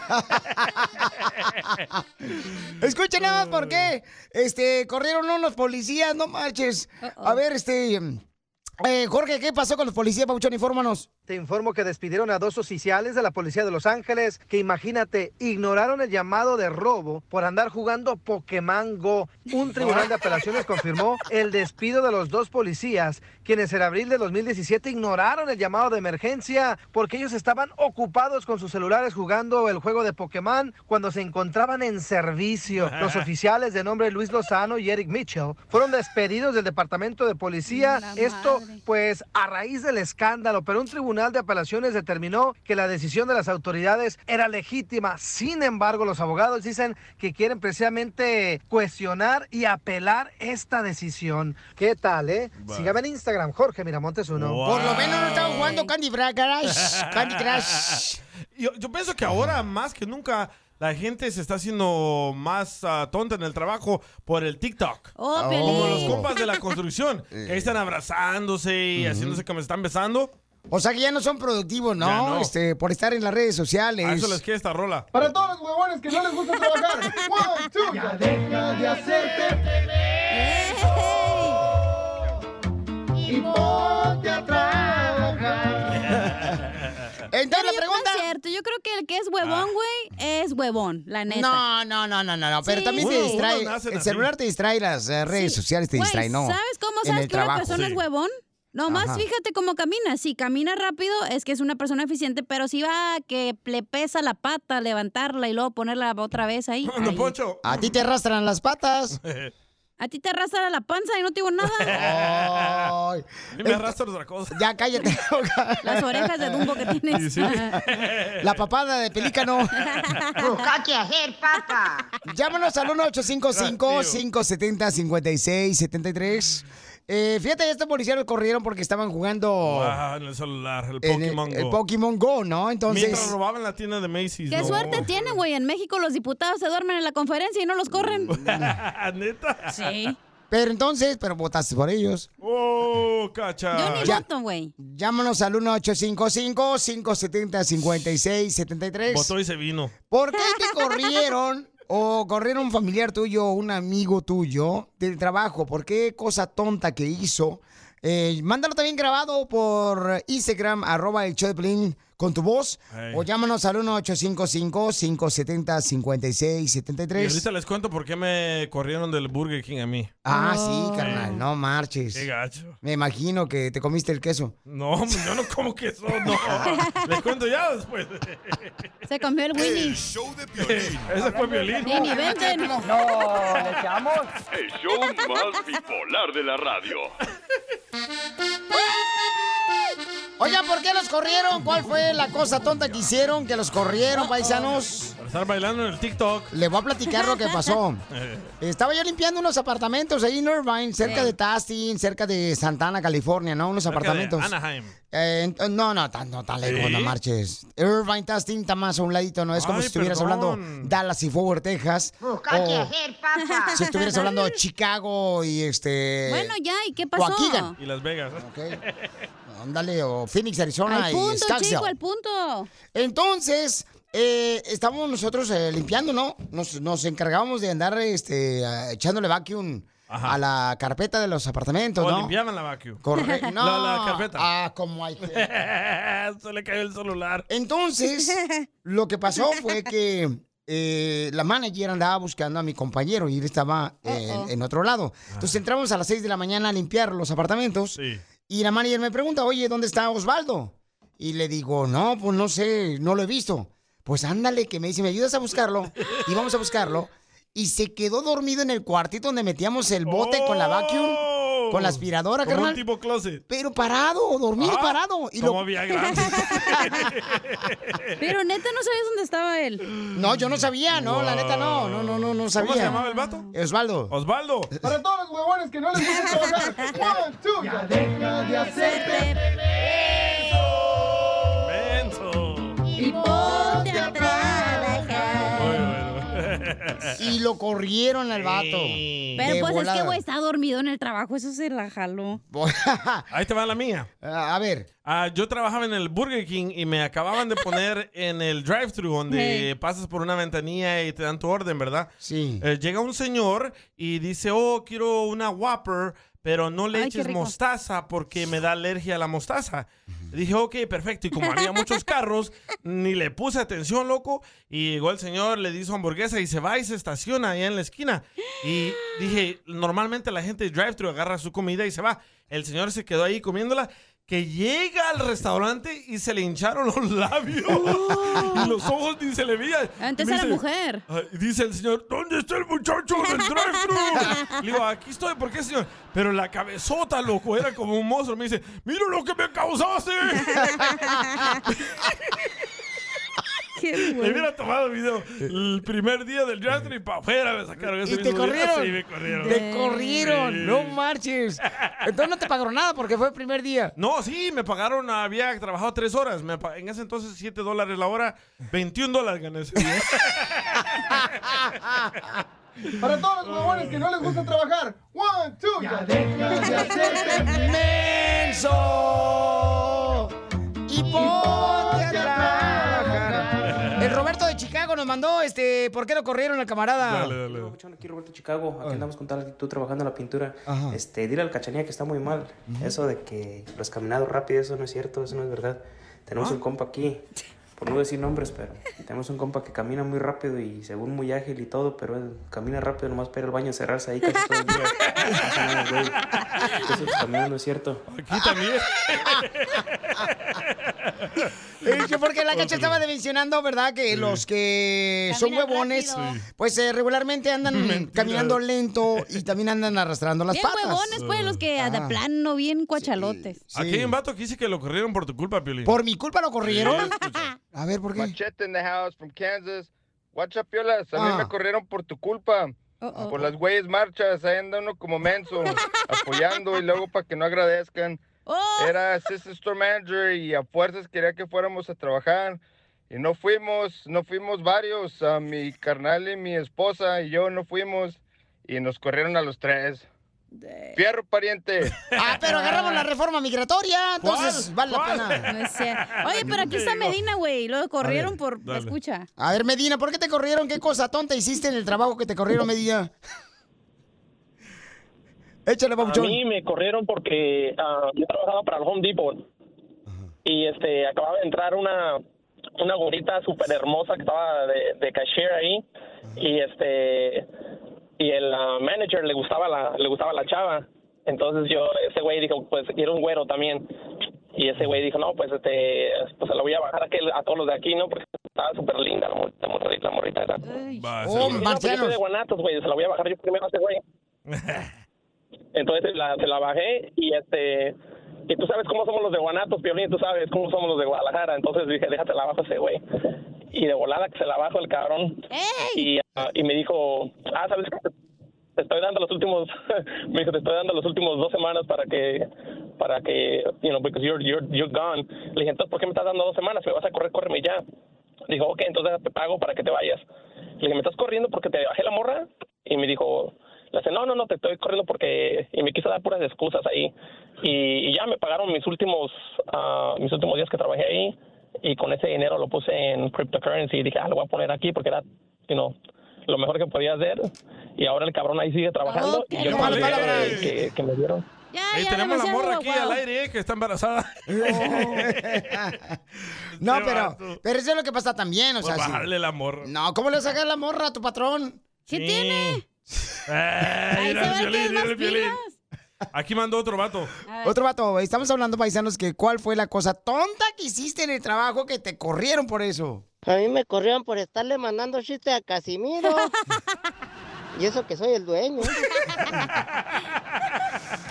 Speaker 3: Escuchen nada más por qué. Este, corrieron unos policías, no marches. A ver, este. eh, Jorge, ¿qué pasó con los policías, Pauchón? Infórmanos.
Speaker 5: Te informo que despidieron a dos oficiales de la policía de Los Ángeles que, imagínate, ignoraron el llamado de robo por andar jugando Pokémon Go. Un tribunal de apelaciones confirmó el despido de los dos policías, quienes en abril de 2017 ignoraron el llamado de emergencia porque ellos estaban ocupados con sus celulares jugando el juego de Pokémon cuando se encontraban en servicio. Los oficiales de nombre Luis Lozano y Eric Mitchell fueron despedidos del departamento de policía.
Speaker 22: La
Speaker 5: Esto pues a raíz del escándalo, pero un tribunal de apelaciones determinó que la decisión de las autoridades era legítima. Sin embargo, los abogados dicen que quieren precisamente cuestionar y apelar esta decisión. ¿Qué tal, eh? Sígame en Instagram, Jorge Miramontes uno.
Speaker 3: Por lo menos no estaban jugando Candy Bra- Crush. Candy Crush.
Speaker 2: Yo, yo pienso que ahora más que nunca la gente se está haciendo más ah, tonta en el trabajo por el TikTok.
Speaker 4: Oh,
Speaker 2: Como
Speaker 4: Piolín.
Speaker 2: los compas de la construcción, que ahí están abrazándose y haciéndose que me están besando.
Speaker 3: O sea que ya no son productivos, ¿no?
Speaker 2: Ya no.
Speaker 3: Este, por estar en las redes sociales.
Speaker 2: A eso les queda esta rola.
Speaker 3: Para todos los huevones que no les gusta trabajar. One, two.
Speaker 22: Ya deja de hacerte pendejo y ponte a trabajar.
Speaker 4: Pero yo creo que es cierto. Yo creo que el que es
Speaker 3: Ah.
Speaker 4: huevón, güey, es huevón, la neta.
Speaker 3: No, no, no, no, no, no, pero
Speaker 4: Sí.
Speaker 3: también te
Speaker 4: Uno-
Speaker 3: distrae.
Speaker 4: unos nacen
Speaker 3: El
Speaker 4: así.
Speaker 3: celular te distrae, las eh, redes sociales te
Speaker 4: Güey,
Speaker 3: distraen, ¿no?
Speaker 4: ¿Sabes cómo
Speaker 3: En
Speaker 4: sabes
Speaker 3: el
Speaker 4: que una
Speaker 3: trabajo.
Speaker 4: persona
Speaker 3: Sí.
Speaker 4: es huevón? Nomás
Speaker 3: Ajá.
Speaker 4: fíjate cómo camina. Si camina rápido, es que es una persona eficiente, pero si va que le pesa la pata, levantarla y luego ponerla otra vez ahí. ahí.
Speaker 3: A ti te arrastran las patas.
Speaker 4: A ti te arrastra la panza y no te digo nada.
Speaker 3: Ay.
Speaker 2: Y me arrastro otra cosa.
Speaker 3: Ya cállate.
Speaker 4: Las orejas de Dumbo que tienes.
Speaker 3: Sí, sí. La papada de pelícano.
Speaker 22: que hacer, papa.
Speaker 3: Llámanos al 1-855-570-5673. Eh, fíjate, estos policías los corrieron porque estaban jugando
Speaker 2: Ah, en el celular, el
Speaker 3: Oh. en
Speaker 2: Pokémon
Speaker 3: el, el
Speaker 2: Go.
Speaker 3: Pokémon Go, ¿no? Entonces,
Speaker 2: Mientras robaban la tienda de Macy's.
Speaker 4: Qué
Speaker 2: no.
Speaker 4: suerte tienen, güey. En México los diputados se duermen en la conferencia y no los corren.
Speaker 2: Ah, ¿Neta?
Speaker 4: Sí.
Speaker 3: pero entonces, pero votaste por ellos.
Speaker 2: Oh, cacha.
Speaker 3: Ya-
Speaker 4: güey.
Speaker 3: Llámanos al 1-855-570-5673.
Speaker 2: Votó y se vino.
Speaker 3: ¿Por qué te corrieron o corrieron un familiar tuyo o un amigo tuyo del trabajo? ¿Por qué cosa tonta que hizo? Eh, mándalo también grabado por Instagram, arroba el show de Piolín con tu voz.
Speaker 2: Ey.
Speaker 3: O llámanos al 1-855-570-5673.
Speaker 2: Y ahorita les cuento por qué me corrieron del Burger King a mí.
Speaker 3: Ah, sí, carnal, no marches.
Speaker 2: Qué gacho.
Speaker 3: Me imagino que te comiste el queso.
Speaker 2: No, yo no como queso, no. les cuento ya después.
Speaker 4: Se comió el Winnie.
Speaker 2: Ese fue violín.
Speaker 4: Sí, ni venden.
Speaker 7: No, le echamos.
Speaker 8: El show más bipolar de la radio.
Speaker 3: Oigan, ¿por qué los corrieron? ¿Cuál fue la cosa tonta que hicieron que los corrieron, paisanos?
Speaker 2: Para estar bailando en el TikTok.
Speaker 3: Les voy a platicar lo que pasó. Estaba yo limpiando unos apartamentos ahí en Irvine, cerca
Speaker 2: Sí.
Speaker 3: de Tustin, cerca de Santana, California, ¿no? Unos
Speaker 2: Cerca de
Speaker 3: apartamentos.
Speaker 2: Anaheim.
Speaker 3: Eh, ent- no, no, tan, no tan lejos,
Speaker 2: ¿Sí?
Speaker 3: no marches. Irvine, Tustin está más a un ladito, ¿no? Es como
Speaker 2: Ay,
Speaker 3: si estuvieras
Speaker 2: perdón.
Speaker 3: hablando Dallas y Forward, Texas.
Speaker 22: Busca que
Speaker 3: o
Speaker 22: hacer, papa.
Speaker 3: si estuvieras hablando de Chicago y este...
Speaker 4: Bueno, ya, ¿y qué pasó?
Speaker 3: Waukegan.
Speaker 2: Y Las Vegas.
Speaker 3: Ándale, o Phoenix, Arizona
Speaker 4: Al
Speaker 3: y
Speaker 4: punto,
Speaker 3: Scottsdale.
Speaker 4: chico, al punto.
Speaker 3: Entonces, eh, estábamos nosotros eh, limpiando, ¿no? Nos, nos encargábamos de andar este, eh, echándole vacuum a la carpeta de los apartamentos,
Speaker 2: O
Speaker 3: ¿no?
Speaker 2: limpiaban la vacuum.
Speaker 3: Correcto. No.
Speaker 2: La, la carpeta.
Speaker 3: Ah, como hay que...
Speaker 2: Se le cayó el celular.
Speaker 3: Entonces, lo que pasó fue que eh, la manager andaba buscando a mi compañero y él estaba eh, en, en otro lado. Entonces entramos a las 6 de la mañana a limpiar los apartamentos y la manager me pregunta, oye, ¿dónde está Osvaldo? Y le digo, no, pues no sé, no lo he visto. Pues ándale, que me dice, ¿me ayudas a buscarlo? Y vamos a buscarlo. y se quedó dormido en el cuartito donde metíamos el bote con la vacuum, con la aspiradora,
Speaker 2: Oh. Como un
Speaker 3: carnal.
Speaker 2: tipo closet.
Speaker 3: Pero parado, dormido
Speaker 2: Ah,
Speaker 3: parado. Y
Speaker 2: tomó Viagra.
Speaker 4: Pero neta, no sabías dónde estaba él.
Speaker 3: No, yo no sabía, no, la neta no, no, no, no, no sabía.
Speaker 2: se llamaba el vato?
Speaker 3: Osvaldo.
Speaker 2: Osvaldo.
Speaker 3: Para
Speaker 23: todos los huevones que no les gusta trabajar. One, two. Ya deja de hacerte y ponte a
Speaker 3: Y lo corrieron al vato.
Speaker 4: Pero
Speaker 3: De
Speaker 4: pues es
Speaker 3: volada.
Speaker 4: que, güey, está dormido en el trabajo, eso se la jaló.
Speaker 2: Ahí te va la mía.
Speaker 3: a ver.
Speaker 2: Ah, yo trabajaba en el Burger King y me acababan de poner en el drive-thru donde
Speaker 13: Hey.
Speaker 2: pasas por una ventanilla y te dan tu orden, ¿verdad? Eh,
Speaker 3: Sí.
Speaker 2: llega un señor y dice, oh, quiero una Whopper, pero no le
Speaker 13: Ay, qué
Speaker 2: eches
Speaker 13: rico.
Speaker 2: mostaza porque me da alergia a la mostaza. Dije, ok, perfecto. Y como había muchos carros, ni le puse atención, loco. Y llegó el señor, le di su hamburguesa y se va y se estaciona allá en la esquina. Y dije, normalmente la gente de drive-thru agarra su comida y se va. El señor se quedó ahí comiéndola. Que llega al restaurante y se le hincharon los labios. y los ojos ni se le veían.
Speaker 4: Antes
Speaker 2: Me
Speaker 4: era
Speaker 2: dice,
Speaker 4: mujer.
Speaker 2: "Ay", Dice el señor, ¿dónde está el muchacho del drive-thru? Le digo, aquí estoy, ¿por qué, señor? Pero la cabezota, loco, era como un monstruo. Me dice, ¡mira lo que me causaste! Le hubiera tomado el video el primer día del drive-thru y para afuera me sacaron. ese
Speaker 3: Y te
Speaker 2: mismo día.
Speaker 3: corrieron.
Speaker 2: Sí, me corrieron.
Speaker 3: Te corrieron.
Speaker 2: Sí.
Speaker 3: No marches. Entonces no te pagaron nada porque fue el primer día.
Speaker 2: No, sí, me pagaron, había trabajado tres horas. Me pa- en ese entonces, 7 dólares la hora, 21 dólares gané ese día.
Speaker 23: Para todos los huevones que no les gusta trabajar. One, two. Ya deja de hacerte menso.
Speaker 3: Y ponte a trabajar. El Roberto de Chicago nos mandó, este, ¿por qué lo corrieron al camarada?
Speaker 24: Aquí Roberto Chicago, aquí andamos con tal actitud trabajando en la pintura. Este, dile al cachanía que está muy mal. Eso de que los caminados rápidos, eso no es cierto, eso no es verdad. Tenemos
Speaker 2: ¿Ah?
Speaker 24: un compa aquí, por no decir nombres, pero tenemos un compa que camina muy rápido y según muy ágil y todo, pero él camina rápido, nomás para ir al baño a cerrarse ahí casi todo el día. No hace nada, güey. Eso pues, también no es cierto.
Speaker 2: Aquí también.
Speaker 3: Eh, que porque la cacha estaba mencionando, ¿verdad? Que los que son huevones, pues eh, regularmente andan caminando lento y también andan arrastrando las
Speaker 4: Bien
Speaker 3: patas.
Speaker 4: huevones, pues, los que de
Speaker 3: Ah.
Speaker 4: plano, bien cuachalotes.
Speaker 2: Aquí hay un vato que dice que lo corrieron por tu culpa, Piolín.
Speaker 3: ¿Por mi culpa lo corrieron?
Speaker 2: Sí, pues
Speaker 3: A ver, ¿por qué?
Speaker 25: Machete in the house from Kansas. What's up, Piolas? A mí
Speaker 3: Ah.
Speaker 25: me corrieron por tu culpa.
Speaker 4: Uh-oh.
Speaker 25: Por las güeyes marchas. Ahí anda uno como menso, apoyando y luego para que no agradezcan. Era assistant store manager y a fuerzas quería que fuéramos a trabajar. Y no fuimos, no fuimos varios. A mi carnal y mi esposa y yo no fuimos. Y nos corrieron a los tres. Fierro, pariente.
Speaker 3: Ah, pero agarramos la reforma migratoria, entonces
Speaker 25: ¿Cuál?
Speaker 3: vale
Speaker 25: ¿Cuál?
Speaker 3: la pena.
Speaker 4: No es cierto. Oye, pero aquí está Medina, güey. Lo corrieron
Speaker 3: ver,
Speaker 4: por la
Speaker 3: dale.
Speaker 4: escucha.
Speaker 3: A ver, Medina, ¿por qué te corrieron? ¿Qué cosa tonta hiciste en el trabajo que te corrieron, Medina? Échale,
Speaker 26: A mí me corrieron porque ah, yo trabajaba para el Home Depot y este acababa de entrar una una gorita súper hermosa que estaba de, de cashier ahí y este y el ah, manager le gustaba la le gustaba la chava entonces yo ese güey dijo pues y era un güero también y ese güey dijo no pues este pues se la voy a bajar a, aquel- a todos los de aquí no porque estaba súper linda la, mor- la morrita la morrita esa.
Speaker 25: sí, Oh, güey.
Speaker 26: No, pues yo soy
Speaker 25: Marcianos.
Speaker 26: de Guanatos güey se la voy a bajar yo primero a ese güey entonces la, se la bajé y este y tú sabes cómo somos los de Guanatos, Piolín, tú sabes cómo somos los de Guadalajara. Entonces dije, déjate la bajo a ese güey. Y de volada que se la bajo el cabrón. Y, ah, y me dijo, ah, ¿sabes qué? Te estoy dando los últimos, me dijo, te estoy dando los últimos dos semanas para que, para que, you know, because you're, you're, you're gone. Le dije, entonces, ¿por qué me estás dando dos semanas? Me vas a correr, córreme ya. Dijo, ok, entonces te pago para que te vayas. Le dije, ¿me estás corriendo porque te bajé la morra? Y me dijo, le dice, no, no, no, te estoy corriendo porque... Y me quiso dar puras excusas ahí. Y, y ya me pagaron mis últimos, ah, mis últimos días que trabajé ahí. Y con ese dinero lo puse en cryptocurrency. Y dije, ah, lo voy a poner aquí porque era, you know, lo mejor que podía hacer. Y ahora el cabrón ahí sigue trabajando.
Speaker 2: Ok.
Speaker 26: y yo
Speaker 2: No
Speaker 26: con
Speaker 2: malas
Speaker 26: el dinero
Speaker 2: palabras.
Speaker 26: que, que- que me dieron.
Speaker 2: Ahí tenemos la
Speaker 26: demasiado
Speaker 2: morra aquí
Speaker 26: guau.
Speaker 2: al aire, eh, que está embarazada.
Speaker 3: No,
Speaker 2: Este
Speaker 3: pero,
Speaker 2: vato. Pues
Speaker 3: pero eso es lo que pasa también, o sea, sí.
Speaker 2: bajarle la morra.
Speaker 3: No, ¿cómo le vas a sacar la morra a tu patrón?
Speaker 4: ¿Qué
Speaker 2: Sí.
Speaker 4: tiene?
Speaker 2: Eh, mira el
Speaker 4: se va el que
Speaker 2: Piolín,
Speaker 4: es
Speaker 2: mira
Speaker 4: más
Speaker 2: el Piolín. Aquí mandó otro vato.
Speaker 3: Otro vato, estamos hablando, paisanos, que cuál fue la cosa tonta que hiciste en el trabajo que te corrieron por eso.
Speaker 1: A mí me corrieron por estarle mandando chistes a Casimiro.
Speaker 6: Y eso que soy el dueño.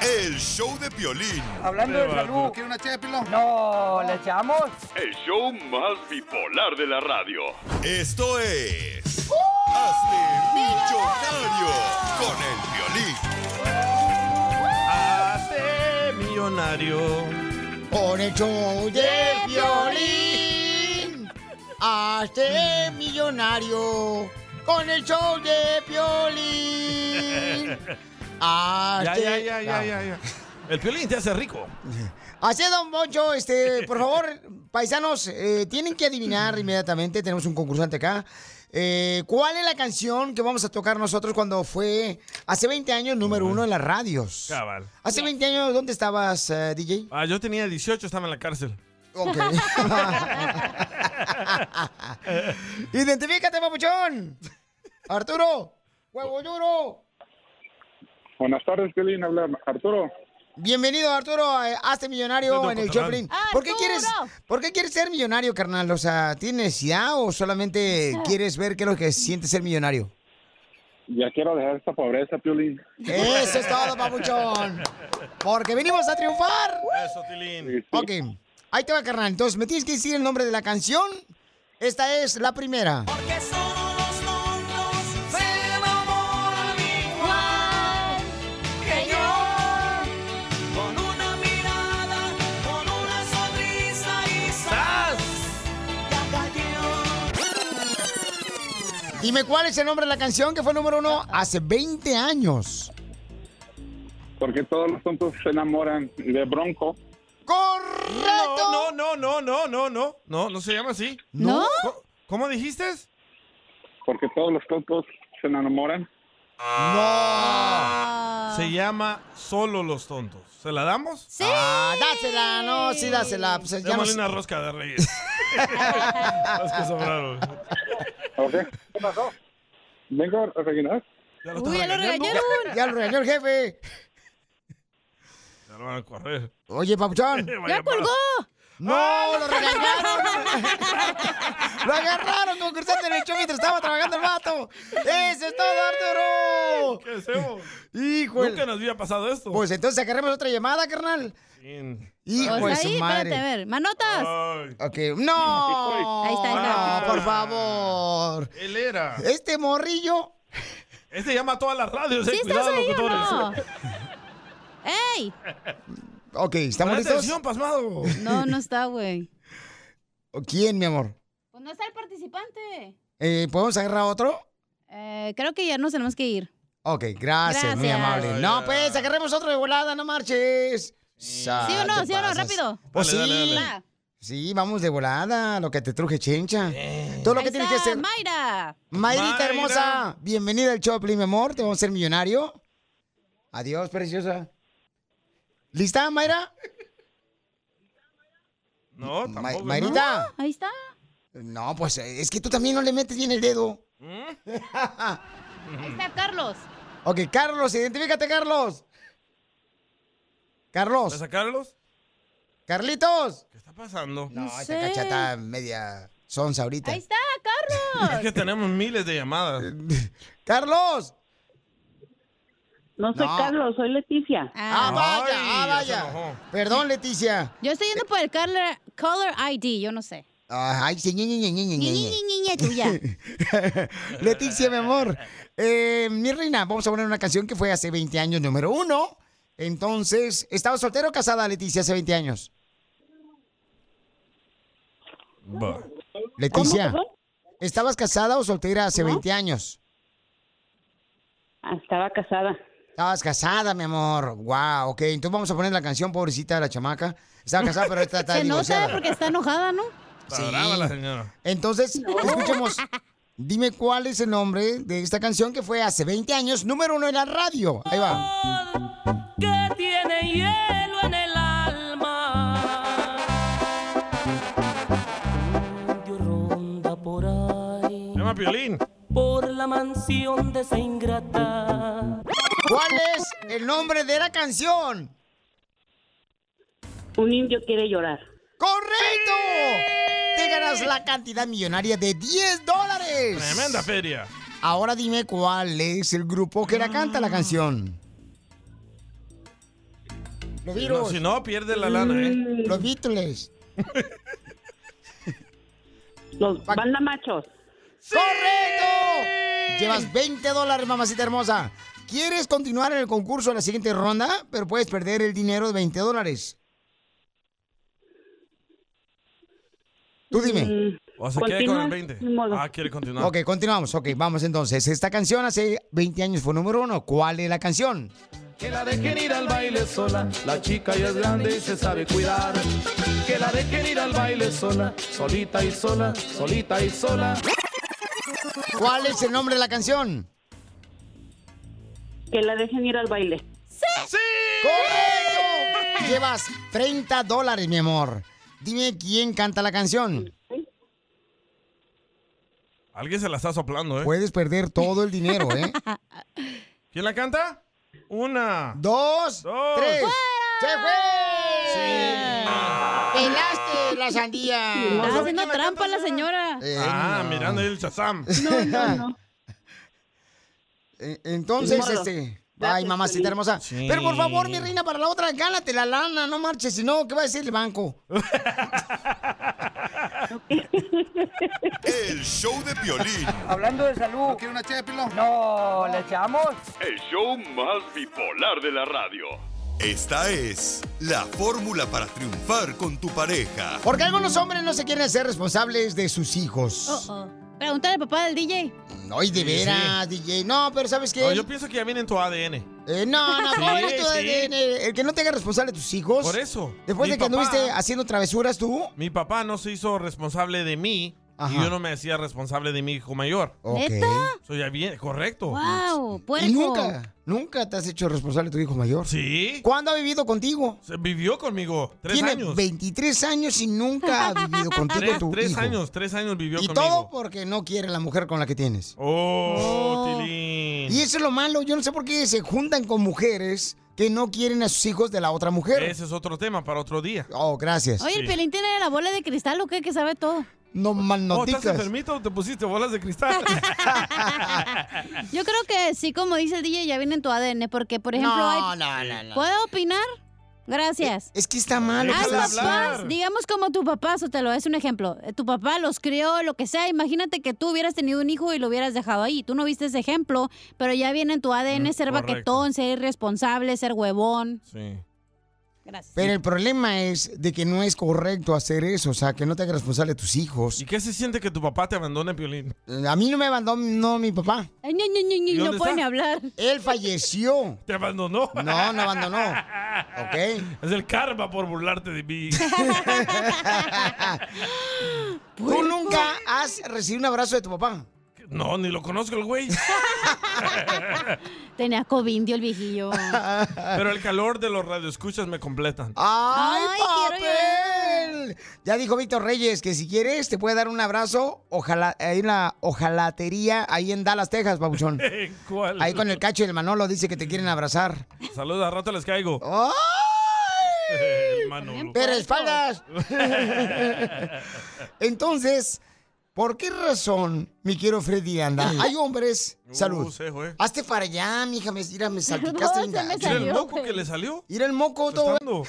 Speaker 19: El show de Piolín.
Speaker 7: Hablando de salud. ¿Quiere una ché, No, ¿le echamos?
Speaker 8: El show más bipolar de la radio.
Speaker 19: Esto es... Hazte millonario con el Piolín.
Speaker 2: Hazte millonario.
Speaker 3: Con el show de violín. Hazte millonario. Con el show de violín.
Speaker 2: Ya,
Speaker 3: Hazte.
Speaker 2: ya, ya, ya, ya, ya. El Piolín te hace rico.
Speaker 3: Así es, don Poncho, este, por favor, paisanos, eh, tienen que adivinar inmediatamente, tenemos un concursante acá, eh, cuál es la canción que vamos a tocar nosotros cuando fue hace 20 años número uno en las radios.
Speaker 2: Cabal.
Speaker 3: Hace 20 años, ¿dónde estabas, eh, DJ?
Speaker 2: Ah, yo tenía 18, estaba en la cárcel.
Speaker 3: Ok. Identifícate, papuchón. Arturo, huevo duro.
Speaker 17: Buenas tardes, Piolín. Habla Arturo.
Speaker 3: Bienvenido, Arturo, a Hazte Millonario
Speaker 17: Soy
Speaker 3: en el
Speaker 17: locutor.
Speaker 3: Choplin. ¿Por qué, quieres, ¿Por qué quieres ser millonario, carnal? O sea, ¿tienes necesidad o solamente quieres ver qué es lo que siente ser millonario?
Speaker 17: Ya quiero dejar esta pobreza, Piolín.
Speaker 3: Eso es todo, papuchón. Porque venimos a triunfar.
Speaker 2: Eso, Tilín.
Speaker 3: Ok, ahí te va, carnal. Entonces, me tienes que decir el nombre de la canción. Esta es la primera.
Speaker 16: Que somos tontos, se enamoran igual que yo. Con una mirada, con una sonrisa y ¡zas! Ya cayó.
Speaker 3: Dime cuál es el nombre de la canción que fue número uno hace 20 años.
Speaker 17: Porque todos los tontos se enamoran de Bronco.
Speaker 3: ¡Correcto!
Speaker 2: No, no, no, no, no, no. No, no se llama así.
Speaker 3: ¿No?
Speaker 2: ¿Cómo, cómo dijiste?
Speaker 17: Porque todos los tontos se enamoran.
Speaker 2: No. Ah. Se llama Solo los tontos. ¿Se la damos?
Speaker 3: Sí. Ah, dásela, no, sí, dásela. Pues, ya no-
Speaker 2: Démosle una rosca de reyes. Las que sobraron.
Speaker 17: ¿Qué pasó? Vengo a rellenar.
Speaker 2: Ya
Speaker 3: Uy,
Speaker 2: están
Speaker 3: ya lo
Speaker 2: regañando.
Speaker 3: regañaron. Ya lo regañó el jefe.
Speaker 2: Ya lo van a correr.
Speaker 3: Oye, papuchón.
Speaker 2: Vaya palo.
Speaker 3: ¡No, lo regañaron! ¡Lo agarraron concursante en el show mientras estaba trabajando el vato! ¡Eso es todo, Arturo!
Speaker 2: ¿Qué hacemos?
Speaker 3: Híjole.
Speaker 2: Nunca nos había pasado esto.
Speaker 3: Pues entonces agarremos otra llamada, carnal.
Speaker 2: Bien.
Speaker 3: Hijo de
Speaker 4: Pues
Speaker 3: su
Speaker 4: ahí,
Speaker 3: madre.
Speaker 4: espérate, a ver. ¡Manotas!
Speaker 3: Ok, no.
Speaker 4: Ahí está, ahí está.
Speaker 3: No, por favor.
Speaker 2: Él era.
Speaker 3: Este morrillo.
Speaker 2: Este llama a todas las radios.
Speaker 3: ¿Sí
Speaker 2: eh,
Speaker 3: estás
Speaker 2: Cuidado,
Speaker 3: ahí o
Speaker 2: locutores.
Speaker 3: no?
Speaker 4: ¡Ey!
Speaker 3: Ok, ¿estamos
Speaker 2: Pon
Speaker 3: listos?
Speaker 2: atención, pasmado.
Speaker 4: No, no está, güey.
Speaker 3: ¿Quién, mi amor?
Speaker 4: Pues no está el participante.
Speaker 3: Eh, ¿Podemos agarrar otro?
Speaker 4: Eh, creo que ya nos tenemos que ir.
Speaker 3: Ok, gracias, muy
Speaker 4: Gracias.
Speaker 3: amable.
Speaker 4: Ay,
Speaker 3: no,
Speaker 4: ya.
Speaker 3: pues, agarremos otro de volada, no marches. ¿Sí
Speaker 4: ¿Sí o no? ¿Sí o no? Rápido.
Speaker 3: Pues sí.
Speaker 4: Ah, Dale, dale, dale.
Speaker 3: Sí, vamos de volada, lo que te truje, chencha. Todo lo que tienes que
Speaker 4: Está
Speaker 3: hacer.
Speaker 4: Mayra.
Speaker 3: Mayrita hermosa, bienvenida al Choplin, mi amor. Te vamos a ser millonario. Adiós, preciosa. ¿Lista, Mayra?
Speaker 2: No, tampoco.
Speaker 3: Ma-
Speaker 2: ¿no?
Speaker 3: Mayrita.
Speaker 4: Ahí está.
Speaker 3: No, pues eh, es que tú también no le metes bien el dedo.
Speaker 2: ¿Mm?
Speaker 4: Ahí está Carlos.
Speaker 3: Ok, Carlos, identifícate, Carlos. Carlos.
Speaker 2: ¿Vas a Carlos?
Speaker 3: Carlitos.
Speaker 2: ¿Qué está pasando?
Speaker 3: No, esta cachata media sonsa ahorita.
Speaker 4: Ahí está,
Speaker 2: Es
Speaker 4: Carlos.
Speaker 2: que tenemos miles de llamadas.
Speaker 3: ¡Carlos!
Speaker 18: No soy
Speaker 2: No.
Speaker 18: Carlos, soy Leticia.
Speaker 3: Ah, vaya, ah,
Speaker 2: Ay, ya se
Speaker 3: vaya. Perdón, Leticia.
Speaker 4: Yo estoy yendo por el color, color ID, yo no sé.
Speaker 3: Ah, Ay, sí, ñe, ñe, ñe, ñe,
Speaker 4: Ni,
Speaker 3: ñe, ñe.
Speaker 4: ni, ni, ni, ni, tuya.
Speaker 3: Leticia, mi amor. Eh, mi reina, vamos a poner una canción que fue hace 20 años, número uno. Entonces, ¿estaba soltera o casada, Leticia, hace 20 años? Leticia, ¿estabas casada o soltera hace 20 años?
Speaker 4: Ah,
Speaker 18: Estaba casada.
Speaker 3: Estabas casada, mi amor. Wow, ok. Entonces vamos a poner la canción, pobrecita de la chamaca. Estaba casada, pero ahorita está
Speaker 4: Se nota
Speaker 3: divorciada.
Speaker 4: porque está enojada, ¿no?
Speaker 2: Está brava la Ah, señora.
Speaker 3: Entonces, escuchemos. Dime cuál es el nombre de esta canción que fue hace 20 años, número uno en la radio. Ahí va.
Speaker 16: que tiene hielo en el alma.
Speaker 2: Llama a Piolín.
Speaker 16: Por la mansión de esa ingrata.
Speaker 3: ¿Cuál es el nombre de la canción?
Speaker 18: Un indio quiere llorar.
Speaker 3: ¡Correcto! Te ganas la cantidad millonaria de 10 dólares.
Speaker 2: Tremenda feria.
Speaker 3: Ahora dime cuál es el grupo que la canta la canción. Los
Speaker 2: Si
Speaker 3: virus.
Speaker 2: no, si no, pierde la lana, ¿eh?
Speaker 18: Mm.
Speaker 3: Los Beatles.
Speaker 18: Los banda machos.
Speaker 3: ¡Correcto! Llevas 20 dólares, mamacita hermosa. ¿Quieres continuar en el concurso a la siguiente ronda? Pero puedes perder el dinero de 20 dólares. Tú
Speaker 18: Mm.
Speaker 3: dime.
Speaker 2: O se queda con el 20. Ah, quiere continuar.
Speaker 3: Ok, continuamos. Ok, vamos entonces. Esta canción hace 20 años fue número uno. ¿Cuál es la canción?
Speaker 6: Que la dejen ir al baile sola, la chica ya es grande y se sabe cuidar. Que la dejen ir al baile sola, solita y sola, solita y sola.
Speaker 3: ¿Cuál es el nombre de la canción?
Speaker 18: Que la dejen ir al baile.
Speaker 3: ¡Sí! ¡Correcto! Llevas 30 dólares, mi amor. Dime quién canta la canción.
Speaker 2: Alguien se la está soplando, ¿eh?
Speaker 3: Puedes perder todo el dinero, ¿eh?
Speaker 2: ¿Quién la canta? Una.
Speaker 3: Dos. Tres. ¡Se fue!
Speaker 4: Pelaste
Speaker 3: la sandía.
Speaker 4: Está haciendo trampa la señora.
Speaker 3: Eh,
Speaker 2: ah, mirando ahí el Shazam.
Speaker 4: No, no,
Speaker 3: E- Entonces,
Speaker 4: Ni modo.
Speaker 3: este. Ay, mamacita
Speaker 4: Piolín.
Speaker 3: hermosa.
Speaker 2: Sí.
Speaker 3: Pero por favor, mi reina, para la otra, gánate la lana, no marches, si no, ¿qué va a decir el banco?
Speaker 19: El show de Piolín.
Speaker 7: Hablando de salud. ¿No quiere una No, ¿le echamos?
Speaker 8: El show más bipolar de la radio.
Speaker 19: Esta es la fórmula para triunfar con tu pareja.
Speaker 3: Porque algunos hombres no se quieren hacer responsables de sus hijos.
Speaker 4: Oh, oh. Pregúntale al papá del DJ.
Speaker 3: Ay, de
Speaker 2: Sí,
Speaker 3: veras, DJ. No, pero ¿sabes qué?
Speaker 2: No, yo pienso que ya viene en tu ADN.
Speaker 3: Eh, no, no,
Speaker 2: Sí,
Speaker 3: ¿cómo eres tú,
Speaker 2: sí.
Speaker 3: ADN? E? El que no te haga responsable de tus hijos.
Speaker 2: Por eso.
Speaker 3: Después
Speaker 2: Mi
Speaker 3: de que
Speaker 2: papá-
Speaker 3: anduviste haciendo travesuras tú.
Speaker 2: Mi papá no se hizo responsable de mí
Speaker 3: Ajá.
Speaker 2: y yo no me hacía responsable de mi hijo mayor.
Speaker 4: ¿Neta?
Speaker 2: Soy ya bien,
Speaker 4: Oh,
Speaker 2: correcto.
Speaker 4: ¡Wow! ¡Puerco!
Speaker 3: Y nunca, nunca te has hecho responsable de tu hijo mayor.
Speaker 2: Sí.
Speaker 3: ¿Cuándo ha vivido contigo?
Speaker 2: Se vivió conmigo tres
Speaker 3: Tiene
Speaker 2: años.
Speaker 3: 23 años y nunca ha vivido contigo
Speaker 2: Tres,
Speaker 3: tu
Speaker 2: tres
Speaker 3: hijo.
Speaker 2: años, tres años vivió
Speaker 3: Y
Speaker 2: conmigo.
Speaker 3: todo porque no quiere la mujer con la que tienes.
Speaker 2: Oh,
Speaker 3: Oh.
Speaker 2: Tilín.
Speaker 3: Y eso es lo malo. Yo no sé por qué se juntan con mujeres que no quieren a sus hijos de la otra mujer.
Speaker 2: Ese es otro tema para otro día.
Speaker 3: Oh, gracias.
Speaker 4: Oye,
Speaker 2: Sí.
Speaker 4: el pelín tiene la bola de cristal o qué, que sabe todo.
Speaker 3: No mal
Speaker 2: Oh, ¿Estás enfermito o te pusiste bolas de cristal?
Speaker 4: Yo creo que sí, como dice el DJ, ya viene en tu ADN, porque, por ejemplo,
Speaker 3: No,
Speaker 4: hay-
Speaker 3: no, no, no.
Speaker 4: ¿puedo opinar? Gracias.
Speaker 3: Es que está mal.
Speaker 4: Hay
Speaker 3: Déjala
Speaker 4: papás,
Speaker 3: hablar.
Speaker 4: digamos como tu papá, Sotelo, es un ejemplo. Eh, Tu papá los crió, lo que sea. Imagínate que tú hubieras tenido un hijo y lo hubieras dejado ahí. Tú no viste ese ejemplo, pero ya viene en tu ADN ser
Speaker 2: Mm, correcto.
Speaker 4: baquetón, ser irresponsable, ser huevón.
Speaker 2: Sí.
Speaker 4: Gracias.
Speaker 3: Pero el problema es de que no es correcto hacer eso, o sea, que no te hagas responsable de tus hijos.
Speaker 2: ¿Y qué se siente que tu papá te abandone, Piolín?
Speaker 3: A mí no me abandonó mi papá.
Speaker 4: Ay, ñe, ñe, ñe, ñe,
Speaker 2: ¿Y
Speaker 4: no
Speaker 2: dónde
Speaker 4: pueden
Speaker 2: está?
Speaker 4: hablar.
Speaker 3: Él falleció.
Speaker 2: ¿Te abandonó?
Speaker 3: No, no abandonó. ¿Ok?
Speaker 2: Es el karma por burlarte de mí.
Speaker 3: ¿Tú nunca has recibido un abrazo de tu papá?
Speaker 2: No, ni lo conozco el güey.
Speaker 4: Tenía covindio el viejillo.
Speaker 2: Pero el calor de los radioescuchas me completan.
Speaker 3: Ah, ¡Ay,
Speaker 4: Ay,
Speaker 3: papel! Ya dijo Víctor Reyes que si quieres te puede dar un abrazo. Ojalá, hay una ojalatería ahí en Dallas, Texas, babuchón.
Speaker 2: ¿Cuál?
Speaker 3: Ahí con el cacho y el Manolo dice que te quieren abrazar.
Speaker 2: Saludos, a rato les caigo.
Speaker 3: ¡Ay!
Speaker 2: Manolo.
Speaker 3: ¡Pero espaldas! Entonces, ¿por qué razón, mi quiero Freddy Anda? Hay hombres.
Speaker 2: Uh,
Speaker 3: Salud.
Speaker 2: se fue.
Speaker 3: Hazte para allá, mija, me, mira, me salpicaste.
Speaker 4: No, se me
Speaker 2: Mira el
Speaker 4: salió,
Speaker 2: moco
Speaker 4: güey.
Speaker 2: que le salió.
Speaker 3: Ir el moco
Speaker 2: Se está
Speaker 3: todo.
Speaker 2: dando.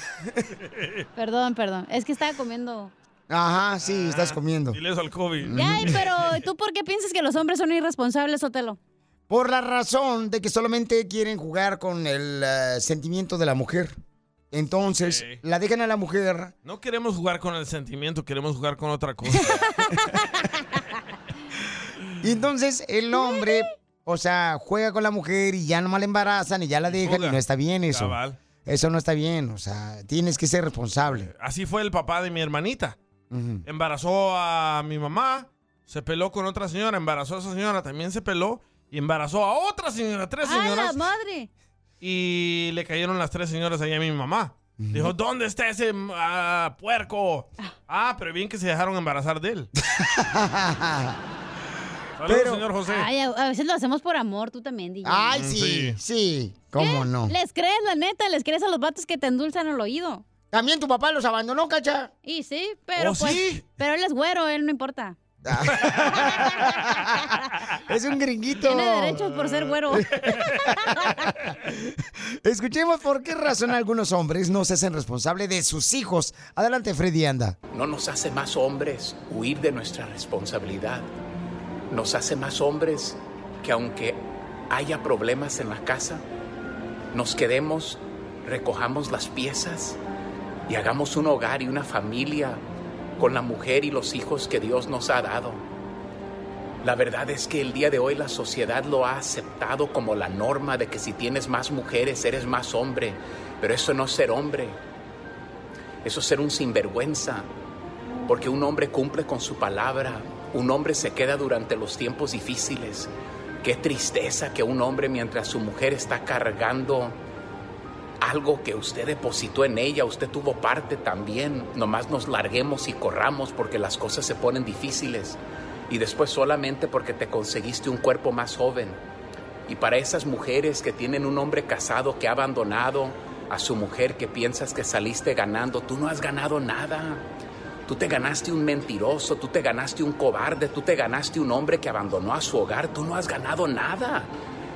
Speaker 4: Perdón, perdón. Es que estaba comiendo.
Speaker 3: Ajá,
Speaker 2: Ah,
Speaker 3: sí, estás comiendo.
Speaker 2: Dile eso al COVID.
Speaker 3: Mm.
Speaker 4: Ay, pero ¿tú por qué piensas que los hombres son irresponsables, Sotelo?
Speaker 3: Por la razón de que solamente quieren jugar con el eh, sentimiento de la mujer. Entonces,
Speaker 2: Ok.
Speaker 3: la dejan a la mujer.
Speaker 2: No queremos jugar con el sentimiento, queremos jugar con otra cosa.
Speaker 3: Y entonces el hombre, o sea, juega con la mujer y ya nomás la embarazan y ya la dejan y
Speaker 2: fuga.
Speaker 3: no está bien eso.
Speaker 2: Cabal.
Speaker 3: Eso no está bien, o sea, tienes que ser responsable.
Speaker 2: Así fue el papá de mi hermanita.
Speaker 3: Ujú.
Speaker 2: Embarazó a mi mamá, se peló con otra señora, embarazó a esa señora, también se peló y embarazó a otra señora, tres
Speaker 4: ¡A la
Speaker 2: señoras.
Speaker 4: madre!
Speaker 2: Y le cayeron las tres señoras ahí a mi mamá. Dijo, ¿dónde está ese ah, puerco? Ah, pero bien que se dejaron embarazar de él. Saludos,
Speaker 3: Pero-
Speaker 2: señor José.
Speaker 4: Ay, a, a veces lo hacemos por amor, tú también, DJ.
Speaker 3: Ay,
Speaker 2: Mm,
Speaker 3: sí,
Speaker 2: sí.
Speaker 3: sí, cómo no.
Speaker 4: Les crees, la neta, les crees a los vatos que te endulzan el oído.
Speaker 3: También tu papá los abandonó, cacha.
Speaker 4: Y sí, pero
Speaker 3: ¿Oh,
Speaker 4: pues.
Speaker 3: sí?
Speaker 4: Pero él es güero, él no importa.
Speaker 3: Es un gringuito.
Speaker 4: Tiene derechos por ser güero.
Speaker 3: Pues, Escuchemos por qué razón algunos hombres no se hacen responsable de sus hijos. Adelante, Freddy Anda.
Speaker 9: No nos hace más hombres huir de nuestra responsabilidad. Nos hace más hombres que aunque haya problemas en la casa, nos quedemos, recojamos las piezas y hagamos un hogar y una familia con la mujer y los hijos que Dios nos ha dado. La verdad es que el día de hoy la sociedad lo ha aceptado como la norma de que si tienes más mujeres eres más hombre, pero eso no es ser hombre, eso es ser un sinvergüenza, porque un hombre cumple con su palabra, un hombre se queda durante los tiempos difíciles. Qué tristeza que un hombre mientras su mujer está cargando algo que usted depositó en ella, usted tuvo parte también, nomás nos larguemos y corramos porque las cosas se ponen difíciles y después solamente porque te conseguiste un cuerpo más joven. Y para esas mujeres que tienen un hombre casado que ha abandonado a su mujer que piensas que saliste ganando, tú no has ganado nada. Tú te ganaste un mentiroso, tú te ganaste un cobarde, tú te ganaste un hombre que abandonó a su hogar, tú no has ganado nada.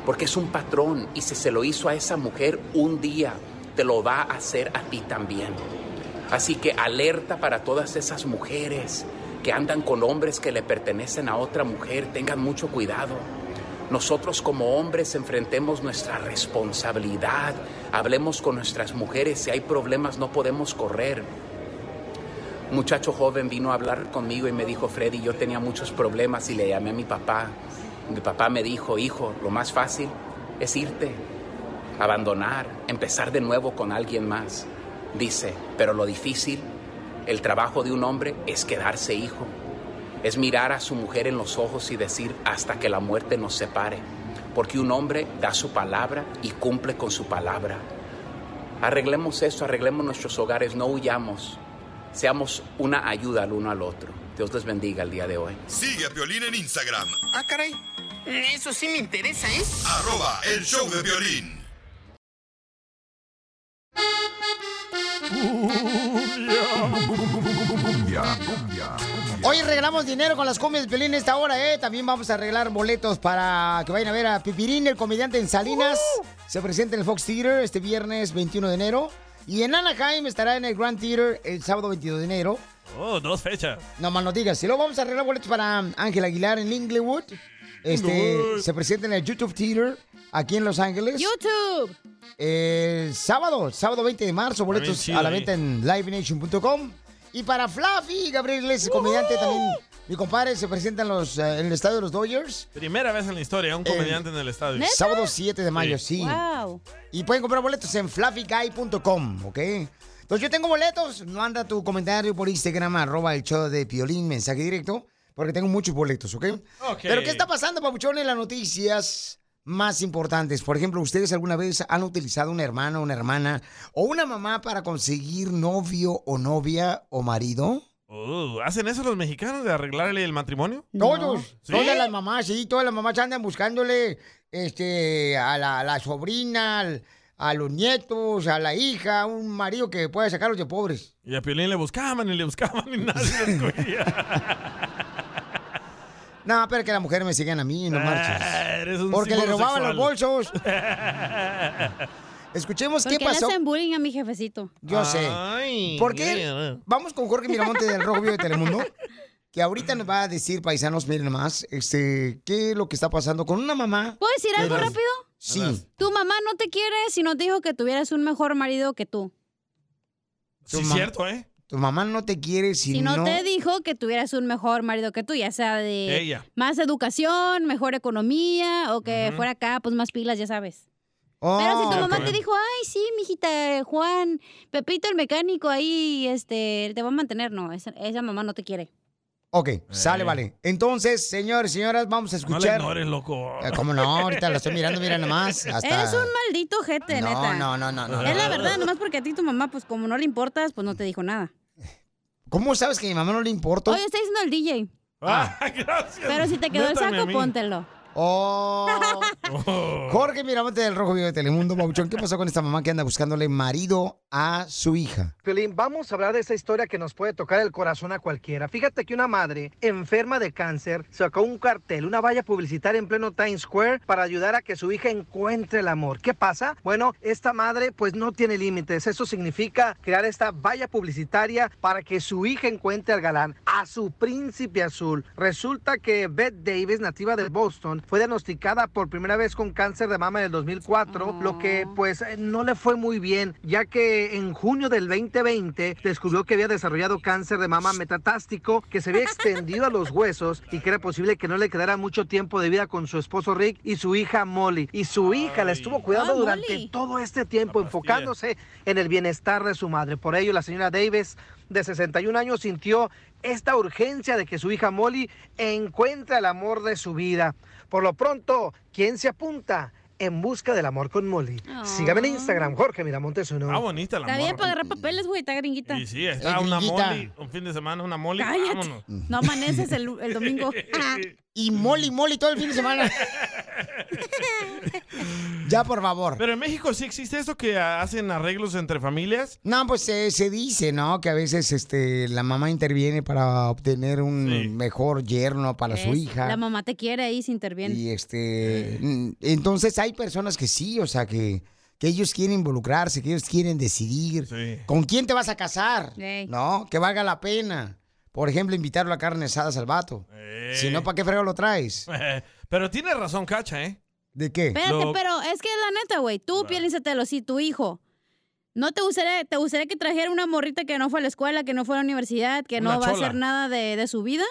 Speaker 9: Porque es un patrón y si se lo hizo a esa mujer un día, te lo va a hacer a ti también. Así que alerta para todas esas mujeres que andan con hombres que le pertenecen a otra mujer, tengan mucho cuidado. Nosotros como hombres enfrentemos nuestra responsabilidad, hablemos con nuestras mujeres, si hay problemas no podemos correr. Un muchacho joven vino a hablar conmigo y me dijo, Freddy, yo tenía muchos problemas y le llamé a mi papá. Mi papá me dijo, hijo, lo más fácil es irte, abandonar, empezar de nuevo con alguien más. Dice, pero lo difícil el trabajo de un hombre es quedarse hijo, es mirar a su mujer en los ojos y decir hasta que la muerte nos separe, porque un hombre da su palabra y cumple con su palabra. Arreglemos eso, arreglemos nuestros hogares, no huyamos, seamos una ayuda al uno al otro. Dios les bendiga el día de hoy.
Speaker 19: Sigue a Piolín en Instagram.
Speaker 20: Ah, caray. Eso sí me interesa, ¿eh?
Speaker 19: Arroba el show de violín.
Speaker 3: Hoy regalamos dinero con las cumbias de Pelín esta hora, ¿eh? También vamos a arreglar boletos para que vayan a ver a Pipirín, el comediante en Salinas. Se presenta en el Fox Theater este viernes 21 de enero. Y en Anaheim estará en el Grand Theater el sábado 22 de enero.
Speaker 2: Oh, dos fechas.
Speaker 3: No más no digas. Y luego vamos a arreglar boletos para Ángel Aguilar en Inglewood. Este,
Speaker 4: Inglewood.
Speaker 3: Se presenta en el YouTube Theater aquí en Los Ángeles.
Speaker 4: YouTube.
Speaker 3: El sábado, sábado 20 de marzo, boletos
Speaker 4: chido
Speaker 3: a la
Speaker 4: ahí.
Speaker 3: venta en livenation.com. Y para Fluffy, Gabriel Iglesias, comediante también. Mi compadre se presenta en, los, eh, en el estadio de los Dodgers.
Speaker 2: Primera vez en la historia, un comediante en el estadio.
Speaker 3: Sábado 7 de Eh, mayo, sí.
Speaker 4: Wow.
Speaker 3: Y pueden comprar boletos en fluffyguy.com, ¿ok? Entonces yo tengo boletos. Manda tu comentario por Instagram, arroba el show de Piolín, mensaje directo, porque tengo muchos boletos, ¿ok?
Speaker 2: Ok.
Speaker 3: Pero ¿qué está pasando, Papuchón, en las noticias más importantes? Por ejemplo, ¿ustedes alguna vez han utilizado un hermano, una hermana o una mamá para conseguir novio o novia o marido?
Speaker 2: Uh, ¿Hacen eso los mexicanos de arreglarle el matrimonio?
Speaker 3: Todos,
Speaker 2: ¿Sí?
Speaker 3: todas las mamás, sí, todas las mamás andan buscándole este, a, la, a la sobrina, al- a los nietos, a la hija, un marido que pueda sacarlos de pobres.
Speaker 2: Y a Piolín le buscaban y le buscaban y nadie lo escogía.
Speaker 3: No, pero que las mujeres me sigan a mí, no marches.
Speaker 2: Ah, Eres un
Speaker 3: Porque le
Speaker 2: símbolo
Speaker 3: robaban
Speaker 2: sexual.
Speaker 3: los bolsos. Escuchemos
Speaker 4: ¿Por qué
Speaker 3: qué
Speaker 4: le
Speaker 3: pasó.
Speaker 4: hacen bullying a mi jefecito?
Speaker 3: Yo sé. ¿Por qué? Vamos con Jorge Miramonte del Rojo Vivo de Telemundo, que ahorita nos va a decir, paisanos, miren más, este, qué es lo que está pasando con una mamá.
Speaker 4: ¿Puedo decir algo
Speaker 3: Pero-
Speaker 4: rápido?
Speaker 3: Sí.
Speaker 4: Tu mamá no te quiere si no te dijo que tuvieras un mejor marido que tú.
Speaker 3: Tu
Speaker 2: Sí,
Speaker 3: mam-
Speaker 2: cierto, ¿eh?
Speaker 3: Tu mamá no te quiere si,
Speaker 4: Si no, te dijo que tuvieras un mejor marido que tú, ya sea de
Speaker 3: Ella.
Speaker 4: más educación, mejor economía o que
Speaker 3: Ujú.
Speaker 4: fuera acá, pues más pilas, ya sabes.
Speaker 3: Oh,
Speaker 4: Pero si tu mamá
Speaker 3: ok.
Speaker 4: te dijo, ay, sí, mijita, Juan, Pepito el mecánico ahí, este, él te va a mantener, no, esa, esa mamá no te quiere.
Speaker 3: Ok, sale, vale. Entonces, señores, señoras, vamos a
Speaker 2: Eh. No le
Speaker 3: escuchar.
Speaker 2: ignores, loco.
Speaker 3: Eh, ¿Cómo no? Ahorita la estoy mirando, mira nomás. Hasta...
Speaker 4: Eres un maldito jete,
Speaker 3: No,
Speaker 4: neta.
Speaker 3: no, no, no, no,
Speaker 4: Es la
Speaker 3: no.
Speaker 4: verdad, nomás porque a ti tu mamá, pues como no le importas, pues no te dijo nada.
Speaker 3: ¿Cómo sabes que a mi mamá no le importa?
Speaker 4: Oye, está diciendo el DJ.
Speaker 3: Ah,
Speaker 4: Pero si te quedó el
Speaker 3: métame a
Speaker 4: saco,
Speaker 3: mí.
Speaker 4: póntelo.
Speaker 3: Oh.
Speaker 2: Oh.
Speaker 3: Jorge Miramonte del Rojo Vivo de Telemundo, Mauchón, ¿qué pasó con esta mamá que anda buscándole marido a su hija.
Speaker 5: Piolín, vamos a hablar de esa historia que nos puede tocar el corazón a cualquiera. Fíjate que una madre enferma de cáncer sacó un cartel, una valla publicitaria en pleno Times Square para ayudar a que su hija encuentre el amor. ¿Qué pasa? Bueno, esta madre pues no tiene límites. Eso significa crear esta valla publicitaria para que su hija encuentre al galán, a su príncipe azul. Resulta que Beth Davis, nativa de Boston, fue diagnosticada por primera vez con cáncer de mama en el 2004, lo que
Speaker 11: Oh.
Speaker 5: pues eh, no le fue muy bien, ya que en junio del 2020 descubrió que había desarrollado cáncer de mama metatástico que se había extendido a los huesos y que era posible que no le quedara mucho tiempo de vida con su esposo Rick y su hija Molly. Y su hija la estuvo cuidando
Speaker 11: Ah,
Speaker 5: durante
Speaker 11: Molly.
Speaker 5: todo este tiempo, enfocándose en el bienestar de su madre. Por ello, la señora Davis, de 61 años, sintió esta urgencia de que su hija Molly encuentre el amor de su vida. Por lo pronto, ¿quién se apunta? En busca del amor con Molly. Sígame en Instagram, Jorge Miramontes uno. Ah,
Speaker 2: bonita
Speaker 4: Ah. Está bien para agarrar papeles, güey, está gringuita.
Speaker 2: Y sí, está una moli, un fin de semana, una moli.
Speaker 4: Cállate.
Speaker 2: Vámonos.
Speaker 4: No amaneces el, el domingo.
Speaker 3: y moli, moli todo el fin de semana. ya, por favor.
Speaker 2: Pero en México sí existe eso que hacen arreglos entre familias.
Speaker 3: No, pues eh, se dice, ¿no? Que a veces este, la mamá interviene para obtener un mejor yerno para su
Speaker 4: ¿Ves?
Speaker 3: hija.
Speaker 4: La mamá te quiere ahí se interviene.
Speaker 3: Y este, mm, entonces hay personas que sí, o sea, que, que ellos quieren involucrarse, que ellos quieren decidir con quién te vas a casar,
Speaker 4: Ey.
Speaker 3: ¿no? Que valga la pena. Por ejemplo, invitarlo a carne asada al vato. Si no, ¿para qué fregado lo traes?
Speaker 2: Eh. Pero tiene razón, Cacha, ¿eh?
Speaker 3: ¿De qué?
Speaker 4: Espérate, pero es que la neta, güey, tú, Piolín Sotelo, sí, tu hijo. No te gustaría, te gustaría que trajera una morrita que no fue a la escuela, que no fue a la universidad, que
Speaker 2: Una
Speaker 4: no va a
Speaker 2: chola.
Speaker 4: hacer nada de, de su vida.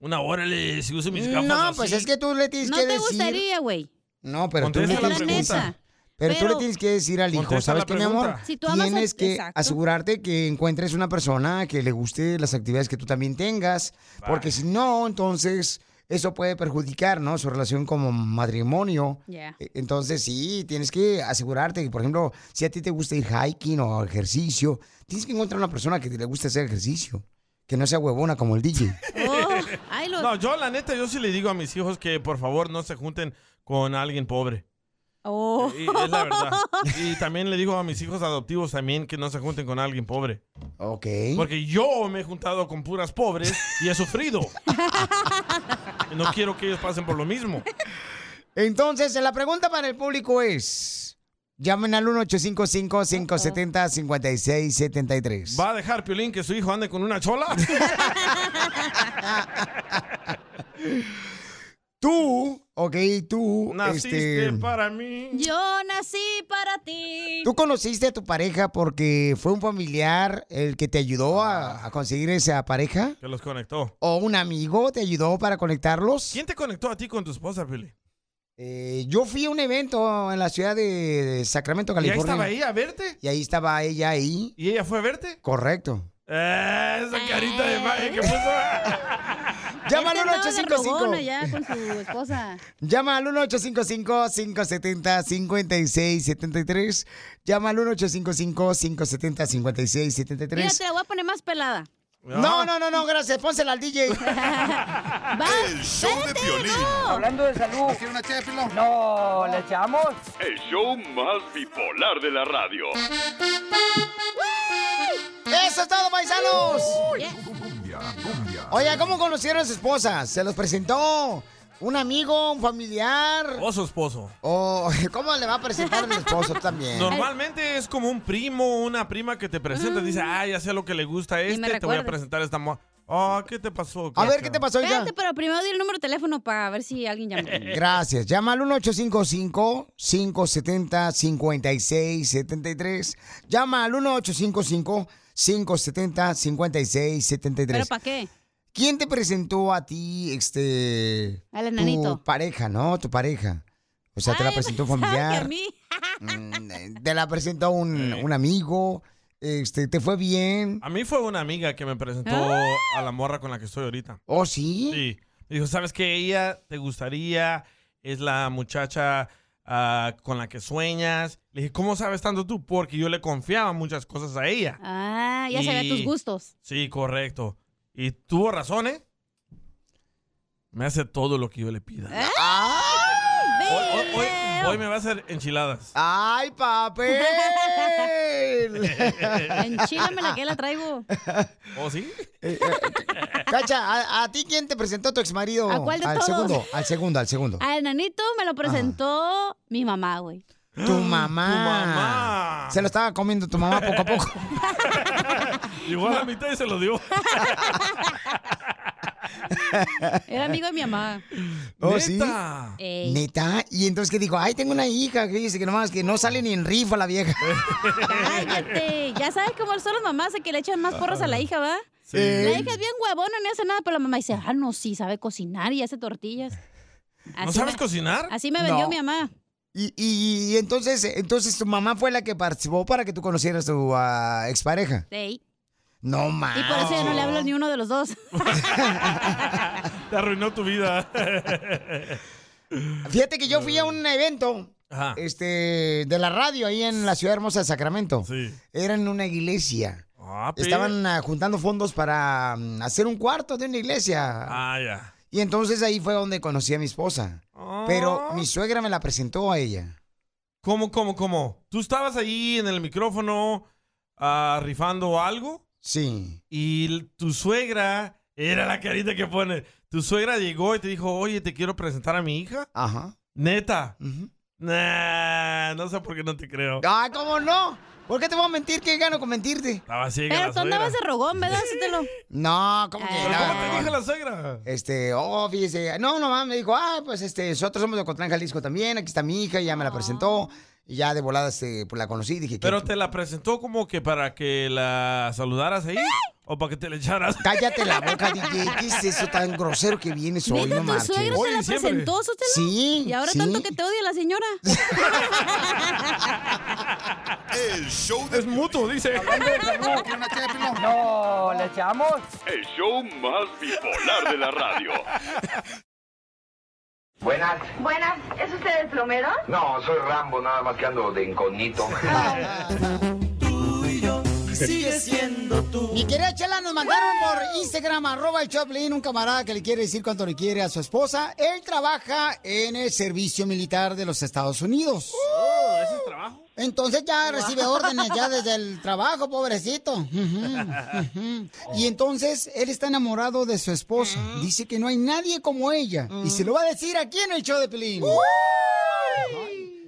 Speaker 2: Una hora le si uso mis gafas.
Speaker 3: No,
Speaker 2: así.
Speaker 3: pues es que tú le tienes
Speaker 4: No
Speaker 3: que
Speaker 4: te
Speaker 3: decir.
Speaker 4: gustaría, güey.
Speaker 3: No, pero tú le
Speaker 2: Contesta la
Speaker 3: tienes que
Speaker 2: pregunta.
Speaker 3: decir. Pero, tú
Speaker 4: Pero-
Speaker 3: le tienes que decir al hijo,
Speaker 2: Contesta
Speaker 3: ¿sabes
Speaker 2: la
Speaker 3: qué, mi amor?
Speaker 2: pregunta. Si
Speaker 4: tú amas al-
Speaker 3: tienes que
Speaker 4: Exacto.
Speaker 3: asegurarte que encuentres una persona que le guste las actividades que tú también tengas, porque si no, entonces eso puede perjudicar, ¿no? Su relación como matrimonio.
Speaker 4: Ya.
Speaker 3: E- Entonces sí, tienes que asegurarte que, por ejemplo, si a ti te gusta ir hiking o ejercicio, tienes que encontrar una persona que le guste hacer ejercicio, que no sea huevona como el DJ.
Speaker 4: Oh,
Speaker 2: No, yo la neta, yo sí le digo a mis hijos que por favor no se junten con alguien pobre.
Speaker 4: Oh.
Speaker 2: Y es la verdad. Y también le digo a mis hijos adoptivos también que no se junten con alguien pobre.
Speaker 3: Ok.
Speaker 2: Porque yo me he juntado con puras pobres y he sufrido. Y no quiero que ellos pasen por lo mismo.
Speaker 3: Entonces, la pregunta para el público es: llamen al 1-855-570-5673.
Speaker 2: ¿Va a dejar Piolín que su hijo ande con una chola?
Speaker 3: Tú, ok, tú,
Speaker 2: Naciste
Speaker 3: este,
Speaker 2: para mí.
Speaker 4: Yo nací para ti.
Speaker 3: tú conociste a tu pareja porque fue un familiar el que te ayudó a, a conseguir esa pareja.
Speaker 2: Que los conectó.
Speaker 3: ¿O un amigo te ayudó para conectarlos?
Speaker 2: ¿Quién te conectó a ti con tu esposa, Piolín?
Speaker 3: Eh, yo fui a un evento en la ciudad de Sacramento,
Speaker 2: ¿Y ahí
Speaker 3: California.
Speaker 2: estaba ella a verte?
Speaker 3: Y ahí estaba ella ahí.
Speaker 2: ¿Y ella fue a verte?
Speaker 3: Correcto.
Speaker 2: Eh, esa carita de madre que pues puso.
Speaker 3: Llaman
Speaker 4: Este
Speaker 3: al
Speaker 4: andaba de
Speaker 3: 855.
Speaker 4: rogona ya con su esposa.
Speaker 3: Llama al 1-855-570-5673. Llama al 1-855-570-5673.
Speaker 4: Mira, te la voy a poner más pelada.
Speaker 3: No, no, no, no, gracias. Pónsela al DJ.
Speaker 4: El
Speaker 19: show de Piolín.
Speaker 7: Hablando de salud. una No, ¿le echamos?
Speaker 8: El show más bipolar de la radio.
Speaker 3: ¡Eso es todo, paisanos! Oiga, ¿cómo conocieron a sus esposas? ¿Se los presentó un amigo, un familiar?
Speaker 2: O su esposo.
Speaker 3: ¿O cómo le va a presentar el esposo también?
Speaker 2: Normalmente es como un primo o una prima que te presenta y dice, ah, ya sé lo que le gusta a
Speaker 4: Mm. me
Speaker 2: este, te voy a
Speaker 4: recuerdes.
Speaker 2: presentar a esta mo... Ah, ¿qué te pasó?
Speaker 4: Espérate, pero primero di el número de teléfono para ver si alguien llamó.
Speaker 3: Gracias. Llama al 1-855-570-5673. Llama al 1-855-570-5673.
Speaker 4: ¿Pero para qué?
Speaker 3: ¿Quién te presentó a ti, este...
Speaker 4: Al enanito.
Speaker 3: Tu pareja, ¿no? Tu pareja. O sea, te la presentó
Speaker 4: ¿Sabe
Speaker 3: un
Speaker 4: que a
Speaker 3: familiar, Mm, eh,
Speaker 4: mí?
Speaker 3: te la presentó un, un amigo, este, te fue bien.
Speaker 2: A mí fue una amiga que me presentó a la morra con la que estoy ahorita.
Speaker 3: ¿Oh, sí?
Speaker 2: Sí. Me dijo, ¿sabes qué? Ella te gustaría, es la muchacha ah, con la que sueñas. Le dije, ¿cómo sabes tanto tú? Porque yo le confiaba muchas cosas a ella.
Speaker 4: Ah, ya sabía
Speaker 2: Y-
Speaker 4: tus gustos.
Speaker 2: Sí, correcto. Y tuvo razón,
Speaker 4: Eh.
Speaker 3: Ah,
Speaker 2: ¿eh? Me hace todo lo que yo le pida.
Speaker 4: ¡Ay,
Speaker 2: Hoy- hoy- hoy-
Speaker 4: video.
Speaker 2: Hoy me va a hacer enchiladas.
Speaker 3: ¡Ay, papel!
Speaker 4: Enchílamela que la traigo.
Speaker 2: ¿O ¿Oh, sí?
Speaker 3: Eh. Cacha, ¿a, a ti quién te presentó tu exmarido?
Speaker 4: ¿A cuál de
Speaker 3: al
Speaker 4: todos?
Speaker 3: segundo, al segundo, al segundo.
Speaker 4: Al nanito me lo presentó mi mamá, güey.
Speaker 3: Tu mamá.
Speaker 4: Tu mamá.
Speaker 3: Se lo estaba comiendo tu mamá poco Ah, a poco.
Speaker 2: Llegó a la mitad y se lo dio.
Speaker 4: Era amigo de mi mamá.
Speaker 3: ¿Oh, sí?
Speaker 4: Neta. Ey.
Speaker 3: Neta. Y entonces que dijo, ay, tengo una hija que dice que nomás que no sale ni en rifa la vieja.
Speaker 4: Cállate. Ya sabes cómo son las mamás de que le echan más porras a la hija, ¿va?
Speaker 3: Sí.
Speaker 4: La hija es bien huevona, no hace nada, pero la mamá dice, ah, no, sí, sabe cocinar y hace tortillas. Así
Speaker 2: sabes
Speaker 4: me-
Speaker 2: cocinar?
Speaker 4: Así me vendió
Speaker 3: No.
Speaker 4: mi mamá.
Speaker 3: Y, y- y entonces, entonces tu mamá fue la que participó para que tú conocieras tu ah, expareja.
Speaker 4: Ey.
Speaker 3: No más.
Speaker 4: Y por eso ya no le hablo
Speaker 3: Ah.
Speaker 4: a ni uno de los dos.
Speaker 2: Te arruinó tu vida.
Speaker 3: Fíjate que yo fui a un evento
Speaker 2: Ajá.
Speaker 3: este, de la radio ahí en la ciudad hermosa de Sacramento. Era en una iglesia.
Speaker 2: Ah, pe-
Speaker 3: Estaban ah, juntando fondos para mm, hacer un cuarto de una iglesia.
Speaker 2: Ah, ya.
Speaker 3: Y entonces ahí fue donde conocí a mi esposa. Pero mi suegra me la presentó a ella.
Speaker 2: Ah. ¿Cómo, cómo, cómo? ¿Tú estabas ahí en el micrófono ah, rifando algo?
Speaker 3: Sí.
Speaker 2: Y l- tu suegra, era la carita que pone, tu suegra llegó y te dijo, oye, te quiero presentar a mi hija.
Speaker 3: Ajá.
Speaker 2: Neta. Nah, no sé por qué no te creo.
Speaker 3: Ah, ¿cómo no? ¿Por qué te voy a mentir? ¿Qué gano con mentirte?
Speaker 2: Estaba ciega
Speaker 4: Pero
Speaker 2: la
Speaker 4: tú
Speaker 2: suegra.
Speaker 4: andabas de rogón, ¿verdad? Cítelo.
Speaker 3: No, ¿cómo que?
Speaker 2: Eh. ¿Pero
Speaker 3: no?
Speaker 2: cómo te dijo la suegra?
Speaker 3: Este, oh, fíjese. No, no mames, me dijo, ah, pues este, nosotros somos de Ocotlán, Jalisco también, aquí está mi hija, y ya me la presentó. Y ya de volada este, pues la conocí, dije que.
Speaker 2: Ah. Pero te la presentó como que para que la saludaras ahí o para que te la echaras.
Speaker 3: Cállate la boca, DJ. ¿Qué es eso tan grosero que vienes Pues hoy?
Speaker 4: Neta,
Speaker 3: No
Speaker 4: tu
Speaker 3: marches.
Speaker 4: suegra te la presentó, Sotelo.
Speaker 3: Sí.
Speaker 4: Y ahora
Speaker 3: sí.
Speaker 4: tanto que te odia la señora.
Speaker 19: El show de...
Speaker 2: Es mutuo, dice.
Speaker 7: No, ¿le echamos?
Speaker 8: El show más bipolar de la radio.
Speaker 11: Buenas.
Speaker 27: Buenas, ¿es usted el plomero?
Speaker 11: No, soy Rambo, nada más que ando de incógnito.
Speaker 3: Sigue siendo tú. Mi querida Chela, nos mandaron por Instagram, arroba el Choplin, un camarada que le quiere decir cuánto le quiere a su esposa. Él trabaja en el servicio militar de los Estados Unidos.
Speaker 2: ¿Ese es trabajo?
Speaker 3: Entonces ya recibe órdenes ya desde el trabajo, pobrecito. Ujú, ujú. Y entonces él está enamorado de su esposa. Dice que no hay nadie como ella. Y se lo va a decir aquí en el show de Pelín.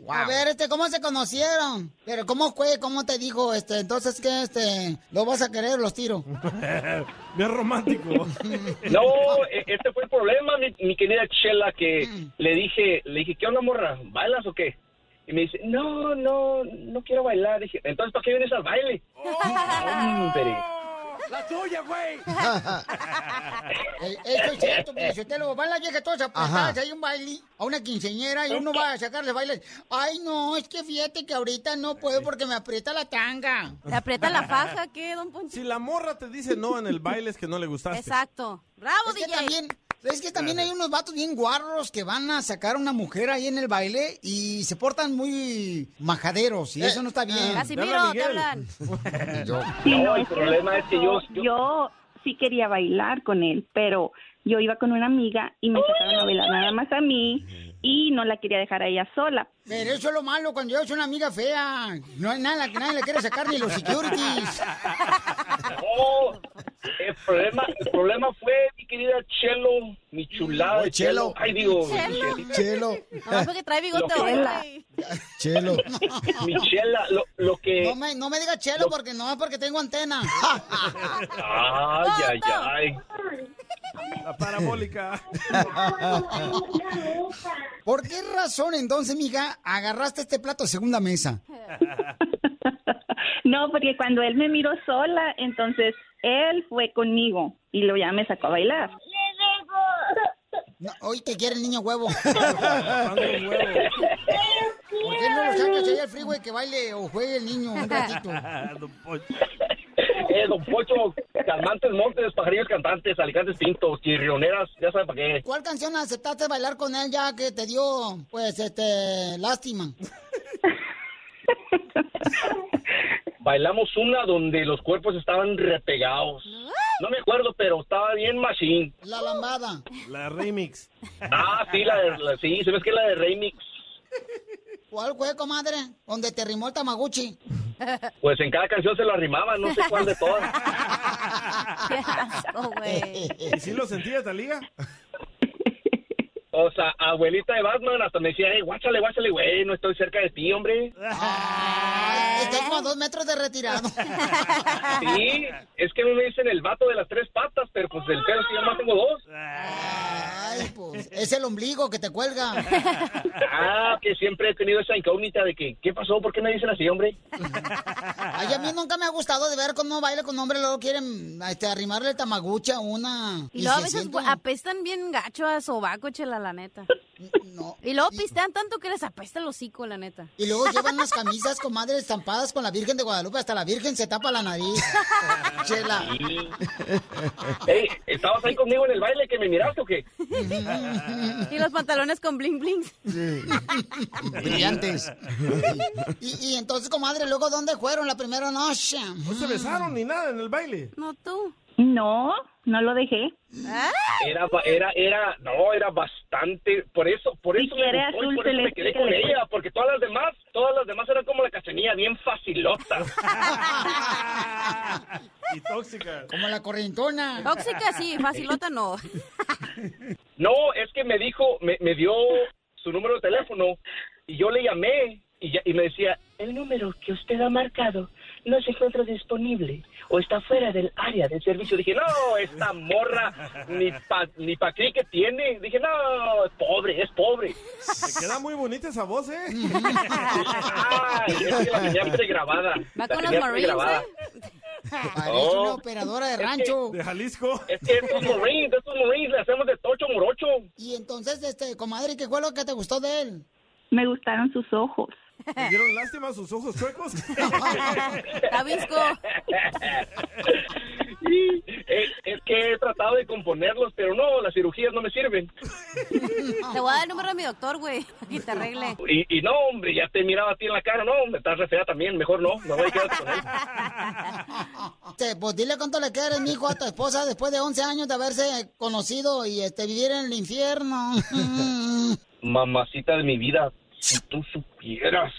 Speaker 3: A ver, este, ¿cómo se conocieron? Pero ¿cómo fue? ¿Cómo te dijo? Este, entonces que este, lo vas a querer, los tiro.
Speaker 2: Bien romántico.
Speaker 26: No, e- este fue el problema, mi, mi querida Chela, que le dije, le dije, ¿qué onda, morra? ¿Bailas o qué? Y me dice, no, no, no quiero bailar. Dije, entonces, ¿para qué vienes al baile?
Speaker 4: Oh.
Speaker 26: Hombre.
Speaker 7: ¡La tuya, güey!
Speaker 3: Eh, Eso es cierto, porque si usted lo van las viejas todas apretadas,
Speaker 7: Ajá.
Speaker 3: pues, hay un baile, a una quinceñera y uno va a sacarle bailes. Ay, no, es que fíjate que ahorita no puedo porque me aprieta la tanga.
Speaker 4: ¿Te aprieta la faja qué, don Poncho?
Speaker 2: Si la morra te dice no en el baile es que no le gustaste.
Speaker 4: Exacto. Bravo,
Speaker 3: es que también, es que también hay unos vatos bien guarros que van a sacar a una mujer ahí en el baile y se portan muy majaderos y eso no
Speaker 2: Ah,
Speaker 3: está bien.
Speaker 27: Eh, ah. Casimiro, te hablan.
Speaker 26: No, el problema es que yo...
Speaker 27: Yo sí quería bailar con él, pero yo iba con una amiga y me sacaron a bailar nada más a mí y no la quería dejar a ella sola.
Speaker 3: Pero eso es lo malo cuando yo soy una amiga fea. No hay nada que nadie le quiere sacar ni los securities.
Speaker 26: No, el problema, el problema fue mi querida Chelo, mi chulada.
Speaker 3: Oh,
Speaker 26: de
Speaker 3: Chelo.
Speaker 26: Ay, digo, mi
Speaker 4: Chelo.
Speaker 26: Chelita.
Speaker 3: Chelo.
Speaker 4: Nomás porque trae bigote
Speaker 26: Lo que-
Speaker 4: hoy.
Speaker 3: Chelo.
Speaker 26: Mi Chela, lo, lo que...
Speaker 3: No me, no me digas chelo porque no es porque tengo antena.
Speaker 26: Ay, ay, ay.
Speaker 2: La parabólica.
Speaker 3: ¿Por qué razón entonces, mija, agarraste este plato de segunda mesa?
Speaker 27: No, porque cuando él me miró sola, entonces él fue conmigo y lo ya me sacó a bailar.
Speaker 3: No, hoy te quiere el niño huevo. ¿Por qué no lo sacas ahí al freeway que baile o juegue el niño un ratito?
Speaker 26: Eh, don Pocho, calmantes montes, pajarillos cantantes, alicantes pintos, chirrioneras, ya saben para qué.
Speaker 3: ¿Cuál canción aceptaste bailar con él ya que te dio, pues, este, lástima?
Speaker 26: Bailamos una donde los cuerpos estaban repegados. No me acuerdo, pero estaba bien machín.
Speaker 3: La lambada.
Speaker 2: La remix.
Speaker 26: Ah, sí, la de, la- sí, se ve que la de remix.
Speaker 1: ¿Cuál fue, comadre? Donde te rimó el Tamaguchi.
Speaker 26: Pues en cada canción se lo arrimaba, no sé cuál de todas.
Speaker 4: Qué asco, güey.
Speaker 2: ¿Y si lo sentías, Talía?
Speaker 26: O sea, abuelita de Batman hasta me decía, hey, guáchale, guáchale, güey, no estoy cerca de ti, hombre.
Speaker 1: Estás como a dos metros de retirado.
Speaker 26: Sí, es que me dicen el vato de las tres patas, pero pues del pelo sí, yo más tengo dos.
Speaker 1: Ay, pues, es el ombligo que te cuelga.
Speaker 26: Ah, que siempre he tenido esa incógnita de que, ¿qué pasó? ¿Por qué me dicen así, hombre?
Speaker 1: Ay, a mí nunca me ha gustado de ver cómo baila con hombre, luego quieren este, arrimarle el tamaguchi a una.
Speaker 4: Y luego a
Speaker 1: se
Speaker 4: veces
Speaker 1: siente-
Speaker 4: apestan bien gacho a sobaco, chela, la neta.
Speaker 1: No.
Speaker 4: Y luego pistean tanto que les apesta el hocico, la neta.
Speaker 1: Y luego llevan unas camisas con madres estampadas con la Virgen de Guadalupe. Hasta la Virgen se tapa la nariz. Chela.
Speaker 26: Ey, ¿estabas ahí conmigo en el baile que me miraste o qué?
Speaker 4: Y los pantalones con bling bling.
Speaker 1: Brillantes. Y, y entonces, comadre, luego, ¿dónde fueron la primera noche? No se besaron ni nada en el baile.
Speaker 4: No, tú.
Speaker 1: No, no lo dejé.
Speaker 26: Era, ba- era, era, no, era bastante, por eso, por
Speaker 27: Si
Speaker 26: eso me
Speaker 27: quiere
Speaker 26: gustó y
Speaker 27: azul,
Speaker 26: por
Speaker 27: se
Speaker 26: eso
Speaker 27: le
Speaker 26: me quedé
Speaker 27: explica,
Speaker 26: con
Speaker 27: le cuento.
Speaker 26: ella, porque todas las demás, todas las demás eran como la cachanilla, bien facilota.
Speaker 2: Y tóxica.
Speaker 1: Como la corrientona.
Speaker 4: Tóxica, sí, facilota no.
Speaker 26: No, es que me dijo, me, me dio su número de teléfono y yo le llamé y, ya- y me decía, el número que usted ha marcado no se encuentra disponible o está fuera del área del servicio. Dije, no, esta morra ni pa, ni pa' qué que tiene. Dije, no, es pobre, es pobre.
Speaker 2: Te queda muy bonita esa voz, ¿eh?
Speaker 26: Ay, es que la tenía pregrabada.
Speaker 4: Va
Speaker 26: La
Speaker 4: con los
Speaker 26: tenía pregrabada.
Speaker 4: Marines, ¿eh?
Speaker 1: Parece
Speaker 26: No.
Speaker 1: Ah, una operadora de
Speaker 26: Es que-
Speaker 1: rancho.
Speaker 2: De Jalisco.
Speaker 26: Es que estos Marines, estos Marines le hacemos de tocho morocho.
Speaker 1: Y entonces, este, comadre, ¿qué fue lo que te gustó de él?
Speaker 27: Me gustaron sus ojos.
Speaker 2: ¿Me dieron lástima sus ojos chuecos?
Speaker 4: Tabisco.
Speaker 26: Es, es que he tratado de componerlos, pero no, las cirugías no me sirven.
Speaker 4: Te voy a dar el número de mi doctor, güey. Y te arregle.
Speaker 26: Y, y no, hombre, ya te miraba a ti en la cara, no, me estás re fea también, mejor no, me voy a quedar con él.
Speaker 1: Este, pues dile cuánto le quieres, mijo, a tu esposa después de 11 años de haberse conocido y este, vivir en el infierno.
Speaker 26: Mm. Mamacita de mi vida, si tú supieras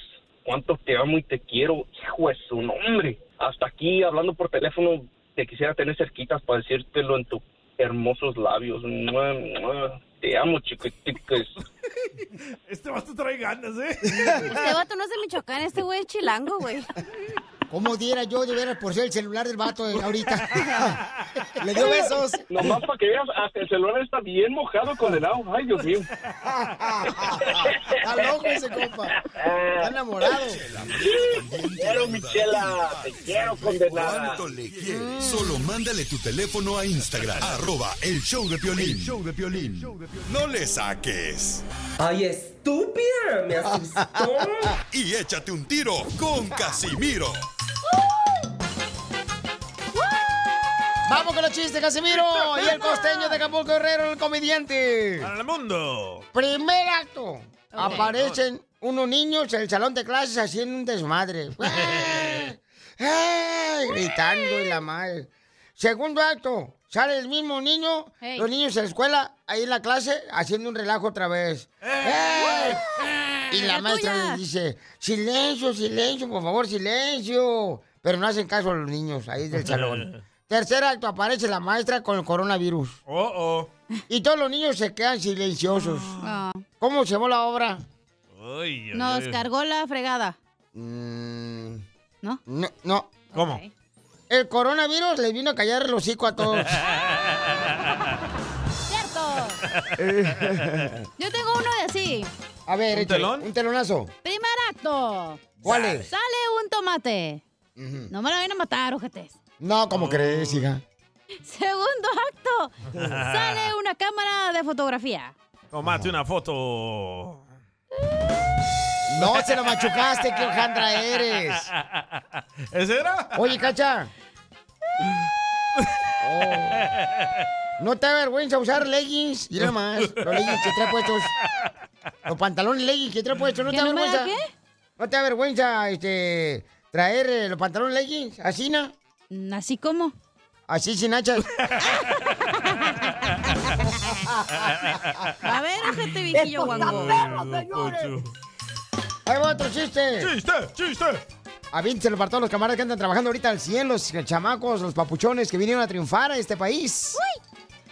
Speaker 26: cuánto te amo y te quiero, hijo es un hombre. Hasta aquí, hablando por teléfono, te quisiera tener cerquitas para decírtelo en tus hermosos labios. Mua, mua. Te amo, chiquiticas.
Speaker 2: Este vato trae ganas, ¿eh?
Speaker 4: Este vato no es de Michoacán, este güey es chilango, güey.
Speaker 1: ¿Cómo diera yo de veras por ser el celular del vato de ahorita? Le dio besos.
Speaker 26: Nomás para que veas, hasta el celular está bien mojado, condenado. Ay, Dios mío.
Speaker 1: Está loco ese compa. Está enamorado.
Speaker 26: Te quiero, Michela. Te quiero, condenada.
Speaker 19: ¿Cuánto le quieres? Solo mándale tu teléfono a Instagram. Arroba el show de Piolín. show de Piolín. No le saques.
Speaker 10: Ay, estúpida, me asustó.
Speaker 19: Y échate un tiro con Casimiro.
Speaker 1: Vamos con los chistes, Casimiro. Y el costeño de Acapulco Herrero, el comediante.
Speaker 2: Para el mundo.
Speaker 1: Primer acto. Aparecen
Speaker 2: Vamos.
Speaker 1: unos niños en el salón de clases haciendo un desmadre. ¡Ah! ¡Ah! Gritando y la madre. Segundo acto. Sale el mismo niño,
Speaker 22: Hey.
Speaker 1: los niños en la escuela, ahí en la clase, haciendo un relajo otra vez.
Speaker 2: ¡Eh!
Speaker 1: ¡Ah! Y la
Speaker 22: ¡La
Speaker 1: maestra
Speaker 22: tuya!
Speaker 1: les dice, silencio, silencio, por favor, silencio. Pero no hacen caso a los niños ahí del salón. Tercer acto, aparece la maestra con el coronavirus.
Speaker 2: Oh,
Speaker 1: oh. Y todos los niños se quedan silenciosos. ¿Cómo se llamó la obra?
Speaker 2: Ay, ay,
Speaker 4: Ah. Nos
Speaker 2: ay.
Speaker 4: cargó la fregada.
Speaker 1: ¿No? No, no.
Speaker 2: ¿Cómo?
Speaker 1: El coronavirus les vino a callar el hocico a todos.
Speaker 4: ¡Cierto! Yo tengo uno de así.
Speaker 1: A ver,
Speaker 4: ¿Un
Speaker 1: échale,
Speaker 4: telón?
Speaker 1: Un telonazo.
Speaker 4: Primer acto.
Speaker 1: ¿Cuál es?
Speaker 4: Sale un tomate. No me lo vayan a matar, ojetes.
Speaker 1: No,
Speaker 2: Oh.
Speaker 1: ¿cómo crees, hija?
Speaker 4: Segundo acto.
Speaker 1: Ah.
Speaker 4: Sale una cámara de fotografía.
Speaker 2: Tomate una foto.
Speaker 1: No, se lo machucaste, qué hojandra eres.
Speaker 2: ¿Ese era?
Speaker 1: Oye, cacha. Oh. No te da vergüenza usar leggings. Mira más, los leggings que trae puestos. Los pantalones leggings que trae puestos. No
Speaker 4: ¿Que
Speaker 1: te da
Speaker 4: no me da
Speaker 1: vergüenza. No te da vergüenza este, traer eh, los pantalones leggings. Así, ¿no?
Speaker 4: ¿Así cómo?
Speaker 1: Así sin hachas.
Speaker 4: Este
Speaker 3: este
Speaker 4: A ver, ojete viejillo guango.
Speaker 3: Ahí va otro chiste.
Speaker 2: Chiste, chiste.
Speaker 3: Avíntselo para todos los camaradas que andan trabajando ahorita al cielo, los chamacos, los papuchones que vinieron a triunfar a este país.
Speaker 4: Uy.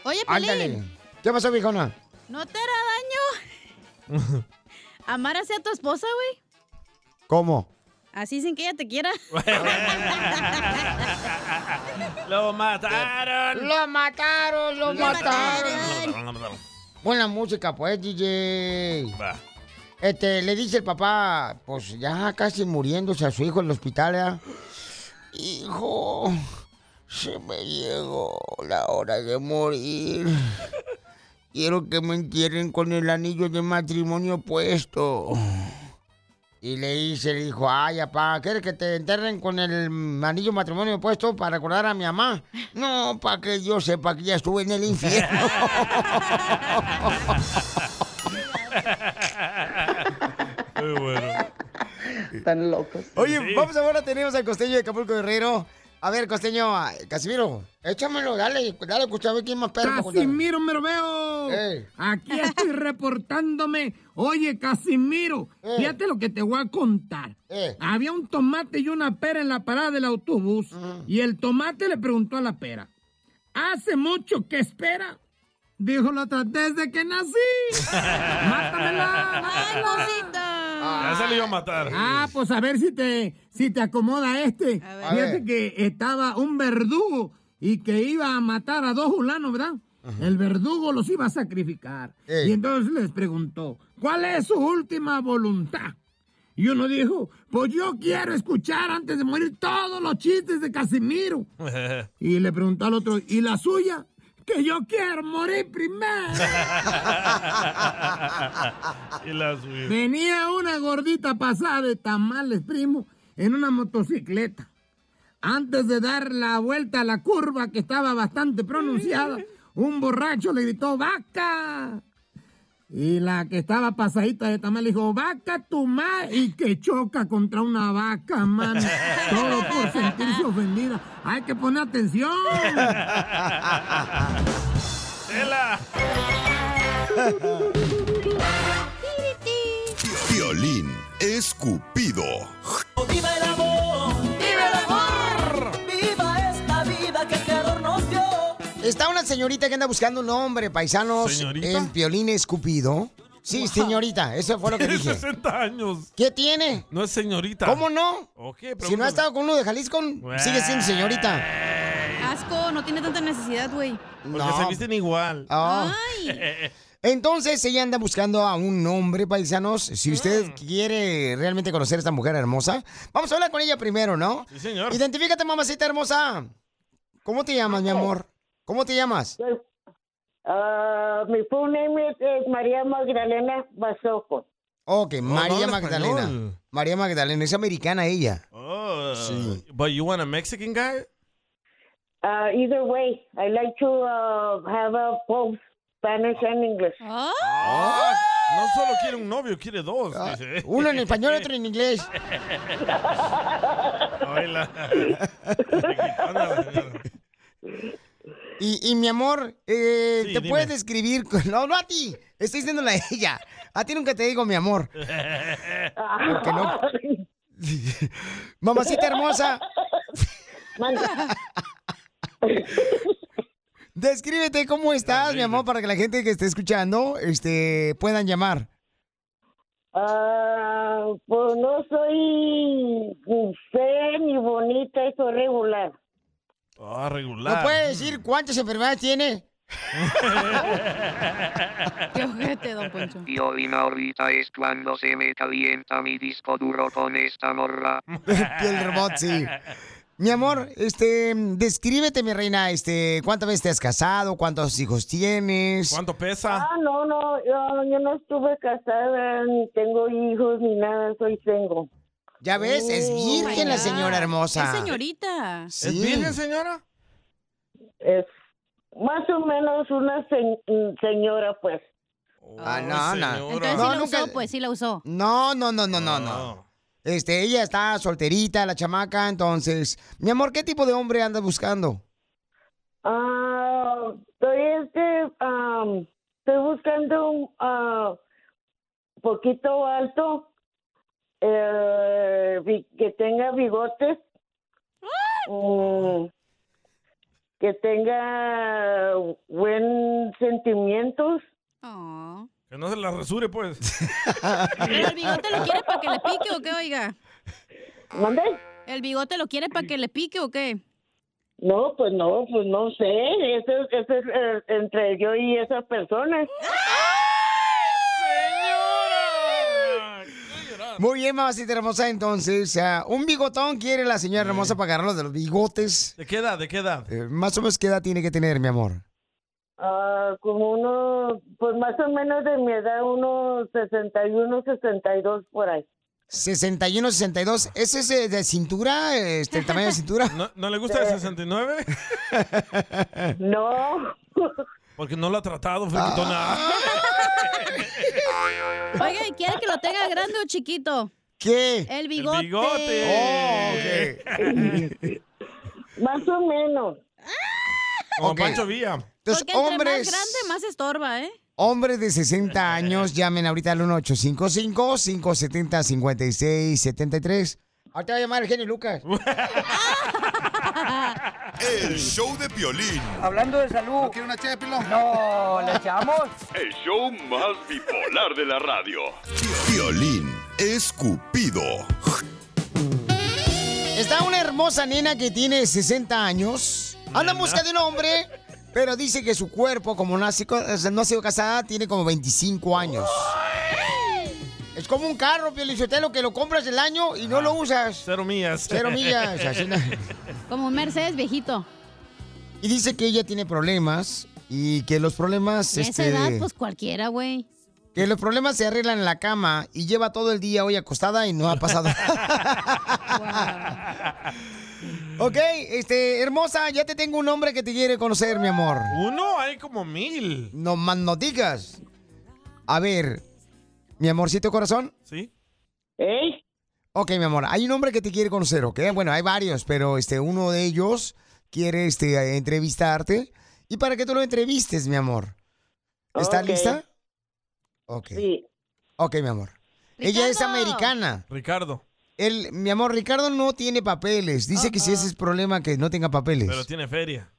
Speaker 4: Oye,
Speaker 3: Ándale.
Speaker 4: Pelín,
Speaker 3: ¿Qué pasó, viejona?
Speaker 4: ¿no te hará daño amar así a tu esposa, güey?
Speaker 3: ¿Cómo?
Speaker 4: Así sin que ella te quiera.
Speaker 2: Lo mataron.
Speaker 3: Lo mataron, lo,
Speaker 4: Lo
Speaker 3: mataron.
Speaker 2: mataron.
Speaker 3: Buena música, pues, DJ.
Speaker 2: Va.
Speaker 3: Este, le dice el papá, pues ya casi muriéndose a su hijo en el hospital, ¿eh? Hijo, se me llegó la hora de morir. Quiero que me entierren con el anillo de matrimonio puesto. Y le dice el hijo, ay, papá, ¿quieres que te enterren con el anillo de matrimonio puesto para recordar a mi mamá? No, para que yo sepa que ya estuve en el infierno.
Speaker 2: Muy bueno.
Speaker 3: Están locos. Oye, vamos ahora, tenemos al costeño de Acapulco Guerrero. A ver, costeño, a- Casimiro, échamelo, dale, dale, escucha, a ver quién más perro. para contar.
Speaker 21: Casimiro, me lo veo. Aquí estoy reportándome. Oye, Casimiro, fíjate lo que te voy a contar. Había un tomate y una pera en la parada del autobús. Y el tomate le preguntó a la pera: ¿Hace mucho que espera? Dijo la otra: Desde que nací. ¡Mátamela!
Speaker 4: ¡Ay,
Speaker 2: Ya se le iba a matar.
Speaker 21: Ah, pues a ver si te, si te acomoda este.
Speaker 2: ver. A
Speaker 21: Fíjate
Speaker 2: ver.
Speaker 21: que estaba un verdugo y que iba a matar a dos fulanos, ¿verdad? El verdugo los iba a sacrificar.
Speaker 13: Ey.
Speaker 21: Y entonces les preguntó, ¿cuál es su última voluntad? Y uno dijo, pues yo quiero escuchar antes de morir todos los chistes de Casimiro. Y le preguntó al otro, ¿y la suya? Que yo quiero morir primero.
Speaker 2: y la subió.
Speaker 21: Venía una gordita pasada de tamales, primo, en una motocicleta. Antes de dar la vuelta a la curva que estaba bastante pronunciada, un borracho le gritó vaca. Y la que estaba pasadita de tamales dijo, vaca tu madre, y que choca contra una vaca, mano. Todo por sentirse ofendida. Hay que poner atención.
Speaker 2: ¡Tela!
Speaker 19: Violín escupido.
Speaker 28: Oh, ¡Viva el amor! ¡Viva el amor! ¡Viva esta vida que el Creador nos dio!
Speaker 3: Está una señorita que anda buscando un hombre, paisanos,
Speaker 2: ¿Señorita?
Speaker 3: en Piolín Escupido. Sí, señorita, eso fue lo que
Speaker 2: Tiene
Speaker 3: dije.
Speaker 2: 60 años.
Speaker 3: ¿Qué tiene?
Speaker 2: No es señorita.
Speaker 3: ¿Cómo no?
Speaker 2: Ok,
Speaker 3: si no ha
Speaker 2: pregúntame.
Speaker 3: estado con uno de Jalisco, sigue siendo señorita.
Speaker 4: Asco, no tiene tanta necesidad, güey.
Speaker 2: Porque
Speaker 3: No.
Speaker 2: se visten igual.
Speaker 3: Oh. Entonces ella anda buscando a un hombre, paisanos. Si usted
Speaker 2: Mm.
Speaker 3: quiere realmente conocer a esta mujer hermosa, vamos a hablar con ella primero, ¿no?
Speaker 2: Sí, señor.
Speaker 3: Identifícate, mamacita hermosa. ¿Cómo te llamas, mi amor? ¿Cómo te llamas?
Speaker 13: Ah, mi full name es, es María Magdalena Basoco.
Speaker 3: Ok, Oh, María
Speaker 13: habla
Speaker 3: Magdalena.
Speaker 13: español.
Speaker 3: María Magdalena, es americana ella.
Speaker 2: Oh. But you want a Mexican guy?
Speaker 13: Uh, either way, I like to uh, have a both Spanish and English.
Speaker 2: Ah, no solo quiere un novio, quiere dos. dice.
Speaker 3: Uno en español, otro en inglés.
Speaker 2: Oíla.
Speaker 3: Y, y, mi amor, eh,
Speaker 2: Sí,
Speaker 3: ¿te
Speaker 2: dime.
Speaker 3: puedes describir? No, no a ti. Estoy diciéndole a ella. A ti nunca te digo, mi amor. Porque no. Mamacita hermosa. Descríbete cómo estás, mi amor, para que la gente que esté escuchando este, puedan llamar.
Speaker 13: Ah, pues no soy ni fea ni bonita, eso regular.
Speaker 2: Ah, regular.
Speaker 3: ¿No puede decir cuántas enfermedades tiene?
Speaker 4: Qué ojete, don Poncho.
Speaker 26: Violín ahorita es cuando se me calienta mi disco duro con esta morra.
Speaker 3: Piel robot, sí. Mi amor, este, descríbete, mi reina, este, ¿cuántas veces te has casado? ¿Cuántos hijos tienes?
Speaker 2: ¿Cuánto pesa?
Speaker 13: Ah, no, no, yo, yo no estuve casada, ni tengo hijos ni nada, soy Oh tengo.
Speaker 3: Ya ves, es virgen la señora hermosa.
Speaker 4: Oh, Es señorita.
Speaker 3: Sí. virgen,
Speaker 2: señora?
Speaker 13: Es más o menos una se- señora, pues.
Speaker 3: Ah, no, no.
Speaker 4: Entonces
Speaker 3: No,
Speaker 4: sí la
Speaker 3: nunca-
Speaker 4: usó, pues sí la usó.
Speaker 3: No, no, no, no, no,
Speaker 2: Ah.
Speaker 3: no. Este, ella está solterita, la chamaca, entonces, mi amor, ¿qué tipo de hombre andas buscando?
Speaker 13: Ah, estoy este, am, estoy buscando un ah, poquito alto, eh, vi- que tenga bigotes, mm, que tenga buen sentimientos.
Speaker 2: Que no se la resure, pues.
Speaker 4: Oh. ¿El bigote lo quiere para que le pique o qué, oiga?
Speaker 13: ¿Mande?
Speaker 4: ¿El bigote lo quiere para que le pique o qué?
Speaker 13: No, pues no, pues no sé. Eso, eso es eh, entre yo y esas personas.
Speaker 3: Muy bien, mamacita hermosa, entonces, o sea, un bigotón quiere la señora hermosa para agarrarlo de los bigotes.
Speaker 2: ¿De qué edad? ¿De qué edad?
Speaker 3: Eh, más o menos, ¿qué edad tiene que tener, mi amor?
Speaker 13: Ah, como uno, pues más o menos de mi edad, unos 61, 62 por ahí.
Speaker 3: 61, 62. ¿Ese es eh, de cintura? Este, ¿El tamaño de cintura?
Speaker 2: ¿No, no le gusta el 69?
Speaker 13: No.
Speaker 2: Porque no lo ha tratado,
Speaker 3: Ah.
Speaker 2: Friquitona.
Speaker 4: Oiga, ¿y quiere que lo tenga grande o chiquito?
Speaker 3: ¿Qué?
Speaker 4: El bigote.
Speaker 13: Oh. Más o menos.
Speaker 2: Como
Speaker 3: Ok.
Speaker 2: Pancho Villa.
Speaker 3: Entonces,
Speaker 4: Porque entre
Speaker 3: Pues, hombres,
Speaker 4: más grande, más estorba, ¿eh?
Speaker 3: hombres de 60 años, llamen ahorita al 1855-570-5673. Ahorita va a llamar el genio Lucas.
Speaker 19: El show de Piolín.
Speaker 7: Hablando de salud. ¿No quiere una ché, No, ¿le echamos?
Speaker 8: El show más bipolar de la radio.
Speaker 19: Piolín escupido.
Speaker 3: Está una hermosa nena que tiene 60 años. Anda en busca de un hombre, pero dice que su cuerpo, como no ha sido, o sea, no ha sido casada, tiene como 25 años. Es como un carro, Piolichotelo, que lo compras el año y no lo usas.
Speaker 2: Cero millas.
Speaker 3: Cero millas. así na-
Speaker 4: Como un Mercedes viejito.
Speaker 3: Y dice que ella tiene problemas y que los problemas...
Speaker 4: De esa
Speaker 3: este,
Speaker 4: edad, pues cualquiera, güey.
Speaker 3: Que los problemas se arreglan en la cama y lleva todo el día hoy acostada y no ha pasado. ok, este, hermosa, ya te tengo un hombre que te quiere conocer, mi amor.
Speaker 2: Uno, hay como mil.
Speaker 3: No más no digas. A ver, mi amorcito corazón.
Speaker 2: ¿Sí?
Speaker 13: ¿Eh?
Speaker 3: Ok, mi amor, hay un hombre que te quiere conocer, ¿ok? Bueno, hay varios, pero este, uno de ellos quiere este, entrevistarte. Y para que tú lo entrevistes, mi amor. ¿Estás
Speaker 13: Ok.
Speaker 3: lista? Ok.
Speaker 13: Sí.
Speaker 3: Ok, mi amor. Ella es
Speaker 13: Ricardo.
Speaker 3: americana.
Speaker 2: Ricardo.
Speaker 3: El, mi amor, Ricardo no tiene papeles. Dice que si ese es el problema, que no tenga papeles.
Speaker 2: Pero tiene feria.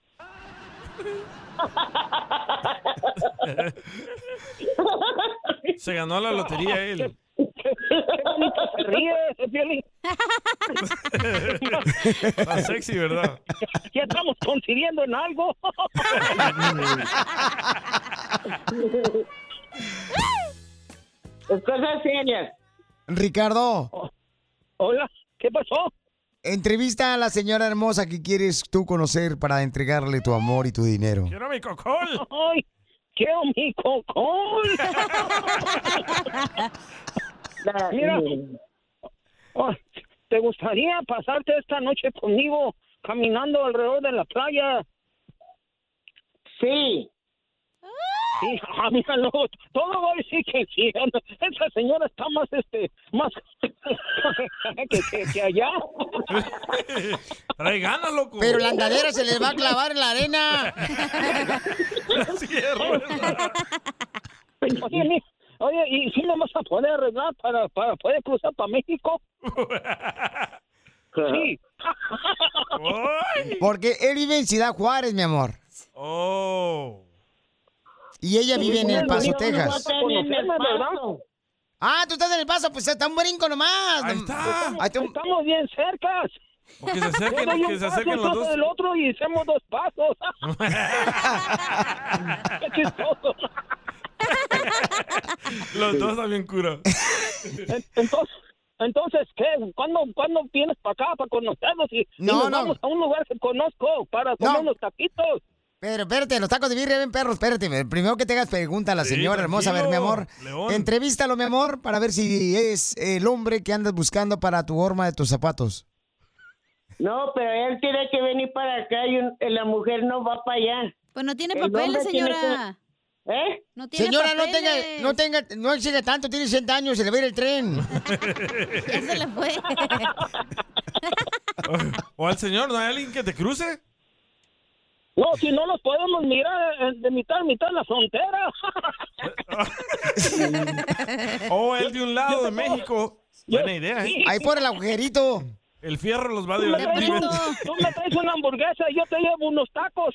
Speaker 2: Se ganó la lotería él.
Speaker 25: Se ríe, se ríe.
Speaker 2: Está Ah, sexy, ¿verdad?
Speaker 25: Ya estamos coincidiendo en algo.
Speaker 13: Pues, Es cosa seria.
Speaker 3: Ricardo.
Speaker 25: Hola, ¿qué pasó?
Speaker 3: Entrevista a la señora hermosa que quieres tú conocer para entregarle tu amor y tu dinero.
Speaker 2: ¡Quiero mi cocol!
Speaker 25: ¡Ay! ¡Quiero mi cocol! Mira,
Speaker 13: Mm.
Speaker 25: oh, ¿te gustaría pasarte esta noche conmigo caminando alrededor de la playa?
Speaker 13: Sí.
Speaker 25: Sí, ah, mira, no, todo va a decir que sí. Esa señora está más, este, más que, que- que allá.
Speaker 2: Trae ganas, loco.
Speaker 3: Pero la andadera se les va a clavar en la arena.
Speaker 25: Oye, mi- oye, ¿y si me vas a poder arreglar para, para poder cruzar para México? Sí.
Speaker 3: Porque él vive en Ciudad Juárez, mi amor.
Speaker 2: Oh.
Speaker 3: Y ella vive en El Paso, Texas.
Speaker 25: ¿verdad?
Speaker 3: Ah, tú estás en El Paso, pues está un brinco nomás. Ahí está.
Speaker 25: Estamos bien cercas.
Speaker 2: O que se acerquen,
Speaker 25: Yo doy
Speaker 2: que
Speaker 25: un
Speaker 2: se
Speaker 25: paso
Speaker 2: acerquen los
Speaker 25: atrás
Speaker 2: dos.
Speaker 25: del otro y hacemos dos pasos. Qué chistoso.
Speaker 2: Los dos también cura.
Speaker 25: En- Entonces, entonces ¿qué? ¿Cuándo, ¿Cuándo vienes para acá para conocernos? Y, y
Speaker 3: No,
Speaker 25: nos
Speaker 3: no.
Speaker 25: vamos a un lugar que conozco para comer unos taquitos.
Speaker 3: Pero espérate, los tacos de birria ven perros, espérate. Primero que tengas pregunta a la
Speaker 25: Sí,
Speaker 3: señora hermosa, a ver, mi
Speaker 25: tranquilo,
Speaker 3: amor.
Speaker 25: León.
Speaker 3: Entrevístalo, mi amor, para ver si es el hombre que andas buscando para tu horma de tus zapatos.
Speaker 13: No, pero él tiene que venir para acá y un- la mujer no va para allá.
Speaker 4: Pues no tiene
Speaker 13: El
Speaker 4: papeles,
Speaker 13: hombre tiene
Speaker 4: señora.
Speaker 13: ¿Eh?
Speaker 4: No tiene
Speaker 3: Señora, no tenga,
Speaker 4: papeles.
Speaker 3: no tenga, no exige tanto, tiene 60 años, se le va a ir el tren.
Speaker 4: Ya se le fue.
Speaker 2: O al señor, ¿no hay alguien que te cruce?
Speaker 25: No, si no nos podemos mirar eh, de mitad a mitad en la frontera.
Speaker 2: O el de un lado de México. Buena idea, ¿eh?
Speaker 3: Ahí por el agujerito.
Speaker 2: El fierro los va a
Speaker 29: Tú me, traes
Speaker 2: divertir.
Speaker 29: una, tú me traes una hamburguesa y yo te llevo unos tacos.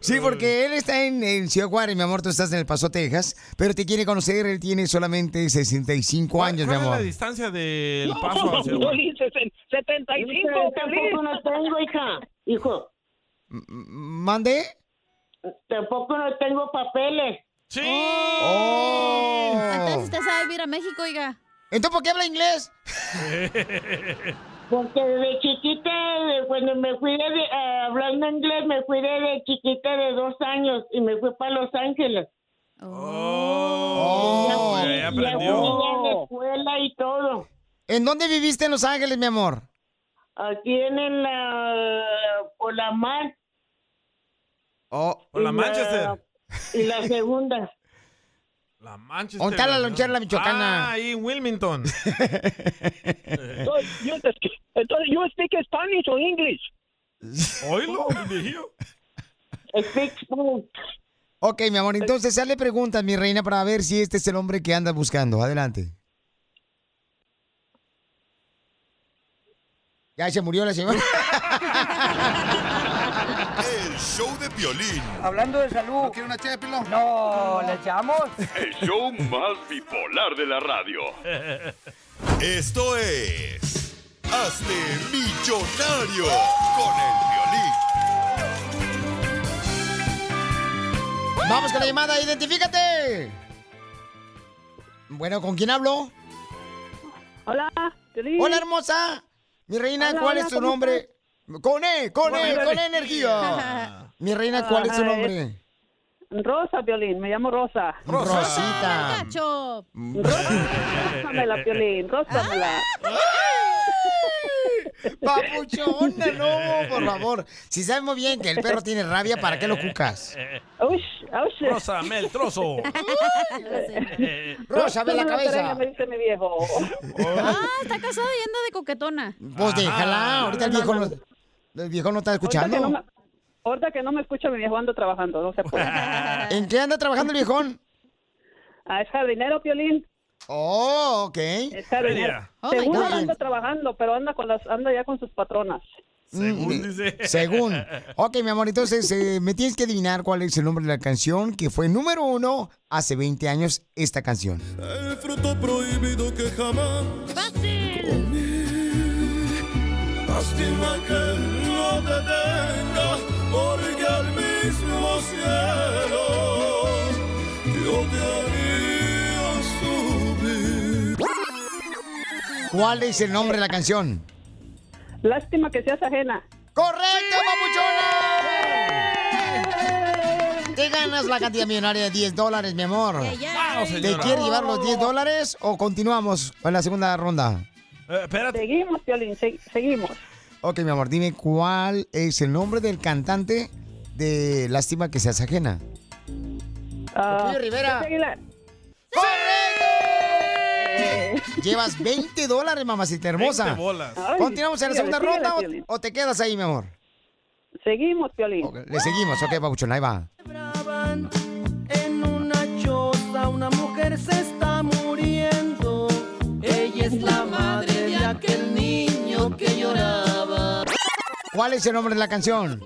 Speaker 3: Sí, porque él está en, en Ciudad Juárez, mi amor, tú estás en El Paso, Texas, pero te quiere conocer, él tiene solamente 65 años, mi
Speaker 2: ¿Cuál es la
Speaker 3: amor.
Speaker 2: distancia del paso a
Speaker 29: Yo
Speaker 2: Ciudad Juárez?
Speaker 29: hice sesen- 75, feliz.
Speaker 13: Tampoco no tengo, hija. Hijo,
Speaker 3: ¿Mande?
Speaker 13: tampoco no tengo papeles.
Speaker 2: ¡Sí!
Speaker 4: Oh. Entonces usted sabe vivir a México, oiga.
Speaker 3: Oh. ¿Entonces por qué habla inglés?
Speaker 13: Porque desde chiquita, de- cuando me fui de, de- a- hablando inglés, me fui desde chiquita de dos años y me fui para Los Ángeles.
Speaker 2: Oh, ya aprendió.
Speaker 13: Fui a la escuela y todo.
Speaker 3: ¿En dónde viviste en Los Ángeles, mi amor?
Speaker 13: Aquí en el, la, por la mar.
Speaker 3: Oh,
Speaker 2: Por la
Speaker 13: y
Speaker 2: Manchester.
Speaker 13: Y la segunda.
Speaker 2: La Manchester.
Speaker 3: ¿Dónde está la lonchera la michoacana?
Speaker 2: Ah, ahí en Wilmington.
Speaker 29: Entonces, yo te- Entonces, ¿yo speak Spanish o English?
Speaker 2: Oílo, dijo.
Speaker 3: Ok, mi amor, entonces hazle preguntas, mi reina, para ver si este es el hombre que andas buscando. Adelante. Ya se murió la señora.
Speaker 19: El show de violín.
Speaker 7: Hablando de salud. ¿No una No, ¿le echamos?
Speaker 8: El show más bipolar de la radio.
Speaker 19: Esto es. Hazte millonario con el
Speaker 3: Vamos con la llamada, identifícate. Bueno, ¿con quién hablo?
Speaker 11: Hola,
Speaker 3: Hola, hermosa. Mi reina,
Speaker 11: Hola,
Speaker 3: ¿cuál
Speaker 11: hola,
Speaker 3: es tu
Speaker 11: ¿cómo
Speaker 3: nombre? Con E, con E,
Speaker 11: Con
Speaker 3: con
Speaker 11: energía.
Speaker 3: energía. Mi reina, ¿cuál es tu
Speaker 11: Ah,
Speaker 3: nombre?
Speaker 11: Rosa Violín, me llamo Rosa.
Speaker 3: Rosita.
Speaker 4: Cacho.
Speaker 11: Rózamela, Violín, rózamela.
Speaker 3: Papuchona, no, por favor. Si sabemos bien que el perro tiene rabia, ¿para qué lo cucas?
Speaker 2: Rosa, Mel, trozo.
Speaker 3: Pues Rosa, ve la
Speaker 11: Rózamela,
Speaker 3: cabeza.
Speaker 11: Teresa, Me dice mi viejo.
Speaker 3: Oh.
Speaker 4: Ah, está casada y anda de coquetona.
Speaker 3: Pues déjala, ahorita el viejo no, el viejo no está
Speaker 11: Ahorita que no
Speaker 3: escuchando.
Speaker 11: me- Ahorita que no me escucha mi viejo, ando trabajando, no se puede.
Speaker 3: ¿En qué anda trabajando el viejón?
Speaker 11: Ah, es jardinero, Piolín.
Speaker 3: Oh, ok.
Speaker 11: Es jardinero.
Speaker 3: Oh, my
Speaker 11: Según
Speaker 3: God.
Speaker 11: anda trabajando, pero anda con las, anda ya con sus patronas.
Speaker 3: Según Según. Ok, mi amor, entonces eh, me tienes que adivinar cuál es el nombre de la canción que fue número uno hace 20 años esta canción.
Speaker 19: violín. El fruto prohibido que jamás.
Speaker 30: Lástima que no te tenga, porque al mismo cielo yo te haría subir.
Speaker 3: ¿Cuál es el nombre de la canción?
Speaker 11: Lástima que seas ajena.
Speaker 3: ¡Correcto, papuchona! Te ganas la cantidad millonaria de 10 dólares, mi amor.
Speaker 2: Vamos,
Speaker 3: ¿Te
Speaker 2: señora.
Speaker 3: quieres llevar los 10 dólares o continuamos con la segunda ronda?
Speaker 2: Eh, espérate.
Speaker 11: Seguimos, Piolín, se- seguimos.
Speaker 3: Ok, mi amor, dime cuál es el nombre del cantante de Lástima que seas ajena.
Speaker 11: Ah,
Speaker 3: Lupillo Rivera.
Speaker 11: Pepe Aguilar.
Speaker 3: Llevas 20 dólares, mamacita hermosa.
Speaker 11: 20 bolas. Ay,
Speaker 3: ¿Continuamos en la
Speaker 11: sígale,
Speaker 3: segunda
Speaker 11: sígale,
Speaker 3: ronda
Speaker 11: Piolín.
Speaker 3: o, o te quedas ahí, mi amor?
Speaker 11: Seguimos, Piolín.
Speaker 3: Le seguimos, ok, papuchón, ahí va.
Speaker 30: En una choza una mujer se está muriendo. Ella es la madre de aquel niño que lloraba.
Speaker 3: ¿Cuál es el nombre de la canción?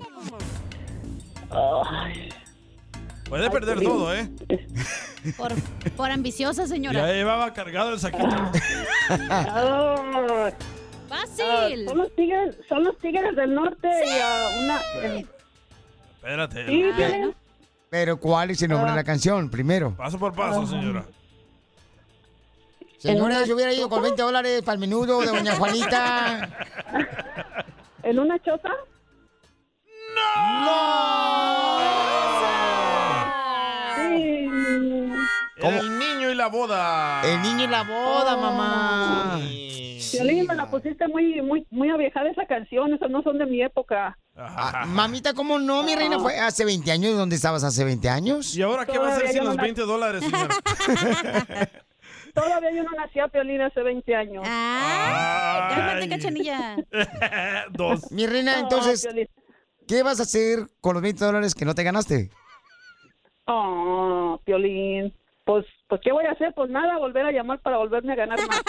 Speaker 2: Puede perder todo, ¿eh?
Speaker 4: Por, por ambiciosa,
Speaker 2: Ya
Speaker 4: señora.
Speaker 2: llevaba cargado el saquito.
Speaker 11: Ah, ah,
Speaker 4: Fácil.
Speaker 2: Oh.
Speaker 11: son los tigres, son los tigres del norte y ah, una. eh,
Speaker 2: Espérate.
Speaker 11: sí, Piolín.
Speaker 3: Pero ¿cuál es el nombre de la canción primero?
Speaker 2: Paso por paso, señora.
Speaker 3: Señora, yo hubiera ido con 20 dólares para el menudo de Doña Juanita.
Speaker 11: ¿En una choza?
Speaker 2: El niño y la boda.
Speaker 3: El niño y la boda, mamá.
Speaker 11: Piolín, me la pusiste muy, muy, muy aviejada esa canción, esas no son de mi época.
Speaker 3: Ah, mamita, ¿cómo no, mi reina? ¿Fue hace 20 años? ¿Dónde estabas hace 20 años?
Speaker 2: ¿Y ahora qué va a hacer sin los 20 dólares, señora?
Speaker 11: Todavía yo no nací a Piolín hace 20 años.
Speaker 4: Ah, Cálmate, cachanilla.
Speaker 2: Dos.
Speaker 3: Mi reina, entonces, ¿qué vas a hacer con los 20 dólares que no te ganaste?
Speaker 11: Oh, Piolín. Ah, Pues, pues, ¿qué voy a hacer? Pues nada, volver a llamar para volverme a ganar más.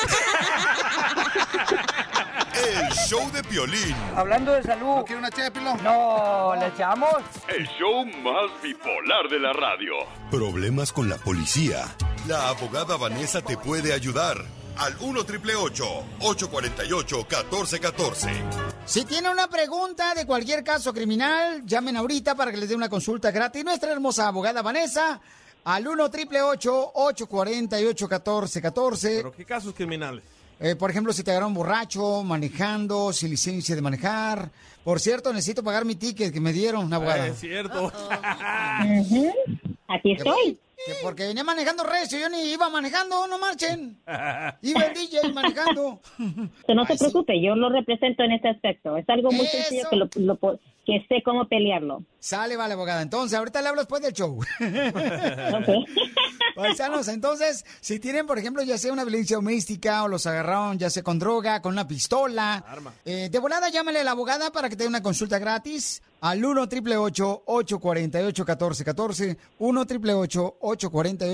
Speaker 19: El show de Piolín.
Speaker 7: Hablando de salud. ¿No quiere una ché No, ¿le echamos?
Speaker 8: El show más bipolar de la radio.
Speaker 19: Problemas con la policía. La abogada Vanessa te puede ayudar. Al 1 triple 848 1414.
Speaker 3: Si tiene una pregunta de cualquier caso criminal, llamen ahorita para que les dé una consulta gratis nuestra hermosa abogada Vanessa al 1 triple 848 1414.
Speaker 2: ¿Pero qué casos criminales?
Speaker 3: Eh, por ejemplo, si te agarraron borracho, manejando, sin licencia de manejar. Por cierto, necesito pagar mi ticket que me dieron, abogada.
Speaker 2: Es cierto.
Speaker 18: Ah. Ujú, Aquí
Speaker 3: Que-
Speaker 18: estoy.
Speaker 3: que porque venía manejando recio, yo ni iba manejando, no marchen. Iba el DJ manejando.
Speaker 18: Que no se preocupe, yo lo represento en este aspecto. Es algo muy sencillo que, lo, lo po- que sé cómo pelearlo.
Speaker 3: Sale, vale, abogada. Entonces, ahorita le hablo después del show. Paisanos, entonces, si tienen, por ejemplo, ya sea una violencia doméstica o los agarraron, ya sea con droga, con una pistola, eh, de volada llámale a la abogada para que te dé una consulta gratis al 1 triple 848 1414 1 triple 848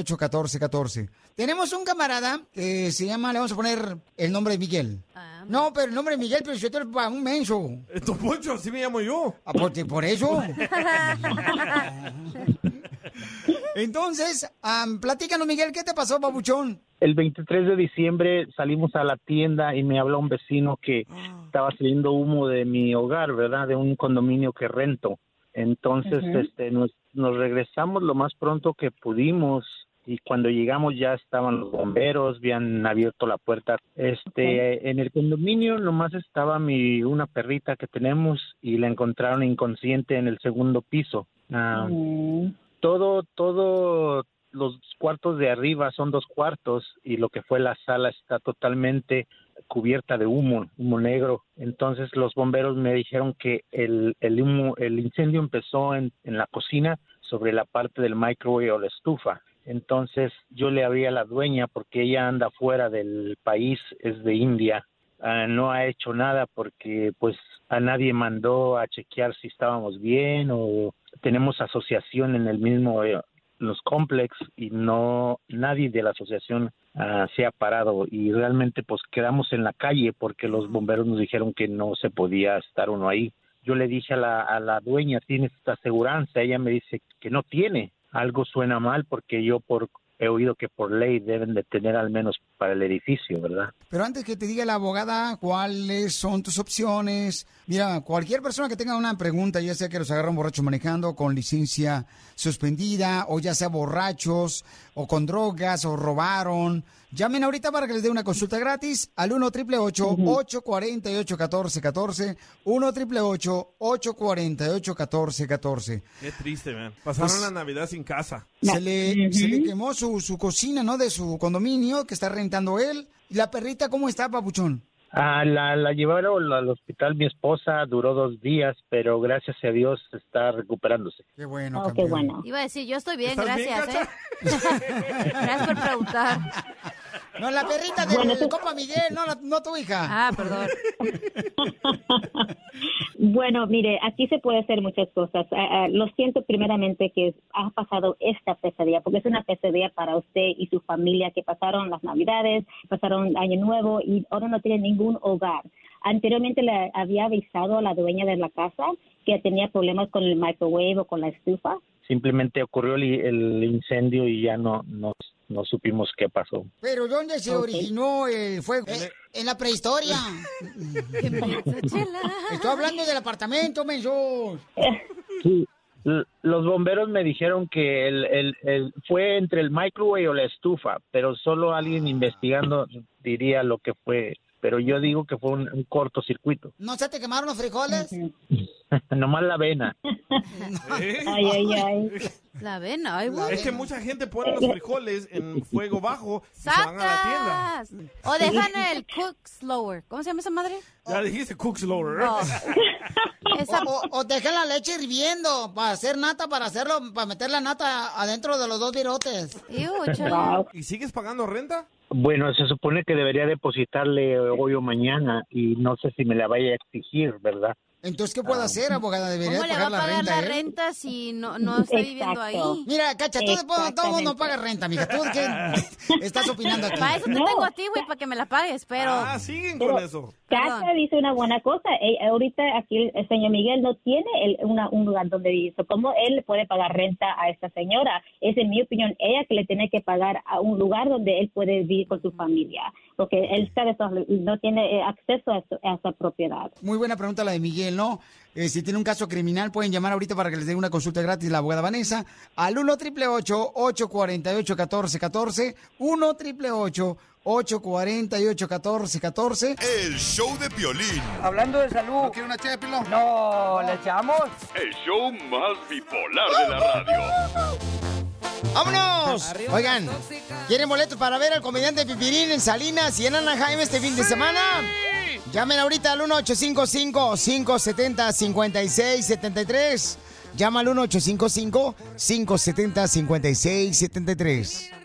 Speaker 3: 1414 Tenemos un camarada que se llama, le vamos a poner el nombre de Miguel. No, pero el nombre de Miguel, pero yo te lo pongo un menso.
Speaker 2: Esto Eh, Poncho, así me llamo yo.
Speaker 3: Ah, por, por eso. Entonces, am, platícanos, Miguel, ¿qué te pasó, babuchón?
Speaker 31: El 23 de diciembre salimos a la tienda y me habló un vecino que estaba saliendo humo de mi hogar, ¿verdad? De un condominio que rento. Entonces,
Speaker 21: Ujú.
Speaker 31: este, nos, nos regresamos lo más pronto que pudimos y cuando llegamos ya estaban los bomberos, habían abierto la puerta. Este, en el condominio nomás estaba mi una perrita que tenemos y la encontraron inconsciente en el segundo piso. Ah, todo, todo los cuartos de arriba son dos cuartos y lo que fue la sala está totalmente cubierta de humo, humo negro. Entonces los bomberos me dijeron que el, el humo, el incendio empezó en, en la cocina sobre la parte del microwave o la estufa. Entonces yo le abrí a la dueña porque ella anda fuera del país, es de India. Ah, no ha hecho nada porque pues a nadie mandó a chequear si estábamos bien o tenemos asociación en el mismo eh, los complex y no nadie de la asociación ah, se ha parado y realmente pues quedamos en la calle porque los bomberos nos dijeron que no se podía estar uno ahí. Yo le dije a la, a la dueña, ¿tienes esta aseguranza? Ella me dice que no tiene. Algo suena mal porque yo por, he oído que por ley deben de tener al menos para el edificio, ¿verdad?
Speaker 3: Pero antes que te diga la abogada cuáles son tus opciones, mira, cualquier persona que tenga una pregunta, ya sea que los agarran borrachos manejando con licencia suspendida, o ya sea borrachos, o con drogas, o robaron, llamen ahorita para que les dé una consulta gratis al 1 888 848 1414 1 888 848 1414
Speaker 2: Qué triste, man. Pasaron
Speaker 3: Pues-
Speaker 2: la Navidad sin casa.
Speaker 3: se le, se le quemó su, su cocina, ¿no? De su condominio que está rentando él. ¿Y la perrita cómo está, papuchón?
Speaker 31: Ah, la, la llevaron al hospital mi esposa, duró dos días, pero gracias a Dios está recuperándose.
Speaker 3: Qué bueno,
Speaker 31: campeón. bueno.
Speaker 4: Iba a decir, yo estoy bien,
Speaker 31: ¿Estás bien,
Speaker 4: gracias, ¿eh? gracias por preguntar.
Speaker 3: No, la perrita de
Speaker 4: Bueno,
Speaker 3: la Copa Miguel, no, la- no tu hija.
Speaker 4: Ah, perdón.
Speaker 18: Bueno, mire, aquí se puede hacer muchas cosas. Ah, ah, lo siento primeramente que ha pasado esta pesadilla, porque es una pesadilla para usted y su familia que pasaron las Navidades, pasaron Año Nuevo y ahora no tienen ningún hogar. Anteriormente le había avisado a la dueña de la casa que tenía problemas con el microwave o con la estufa.
Speaker 31: Simplemente ocurrió el, el incendio y ya no, no, no supimos qué pasó.
Speaker 3: Pero ¿dónde se
Speaker 31: Ok.
Speaker 3: originó el fuego? Eh, en la prehistoria. Estoy hablando del apartamento, mensos.
Speaker 31: Sí, l- los bomberos me dijeron que el, el, el- fue entre el microwave o la estufa, pero solo alguien investigando diría lo que fue. Pero yo digo que fue un, un cortocircuito,
Speaker 3: ¿No se te quemaron los frijoles?
Speaker 31: nomás la vena.
Speaker 18: Ay, ay, ay.
Speaker 4: La avena, ay, güey.
Speaker 2: Es que mucha gente pone los frijoles en fuego bajo y se van a la tienda.
Speaker 4: ¡Sacas! O dejan el cook slower. ¿Cómo se llama esa madre?
Speaker 2: Ya dijiste cook slower.
Speaker 4: No.
Speaker 3: O, o- o deja la leche hirviendo para hacer nata, para hacerlo, para meter la nata adentro de los dos virotes.
Speaker 31: Wow.
Speaker 2: ¿Y sigues pagando renta?
Speaker 31: Bueno, se supone que debería depositarle hoy o mañana y no sé si me la vaya a exigir, ¿verdad?
Speaker 3: Entonces, ¿qué
Speaker 4: Ah,
Speaker 3: puedo hacer, abogada? Debería
Speaker 4: ¿Cómo le va
Speaker 3: pagar
Speaker 4: a
Speaker 3: la
Speaker 4: pagar
Speaker 3: renta,
Speaker 4: la
Speaker 3: ¿eh?
Speaker 4: renta si no, no está viviendo ahí?
Speaker 3: Mira, Cacha, tú después todo el mundo paga renta, mija. ¿Tú de qué estás opinando aquí?
Speaker 4: Para eso te tengo a ti, güey, para que me la pagues, pero...
Speaker 2: Ah, siguen con eso.
Speaker 18: Cacha dice una buena cosa. Eh, ahorita aquí el señor Miguel no tiene el- una- un lugar donde vivir. So, ¿Cómo él puede pagar renta a esta señora? Es, en mi opinión, ella que le tiene que pagar a un lugar donde él puede vivir con su familia. Porque él sabe, so- no tiene eh, acceso a, su- a esa propiedad.
Speaker 3: Muy buena pregunta la de Miguel, ¿no? Eh, si tiene un caso criminal, pueden llamar ahorita para que les dé una consulta gratis la abogada Vanessa al 1 888 848 1414 1 888 848 1414
Speaker 32: El show de Piolín.
Speaker 7: Hablando de salud. ¿No quiere una No, ¿le echamos?
Speaker 8: El show más bipolar de la radio.
Speaker 3: ¡Vámonos! Oigan, ¿quieren boletos para ver al comediante Pipirín en Salinas y en Anaheim este fin de semana? Llamen ahorita al 1855-570-5673. Llama al 1855-570-5673.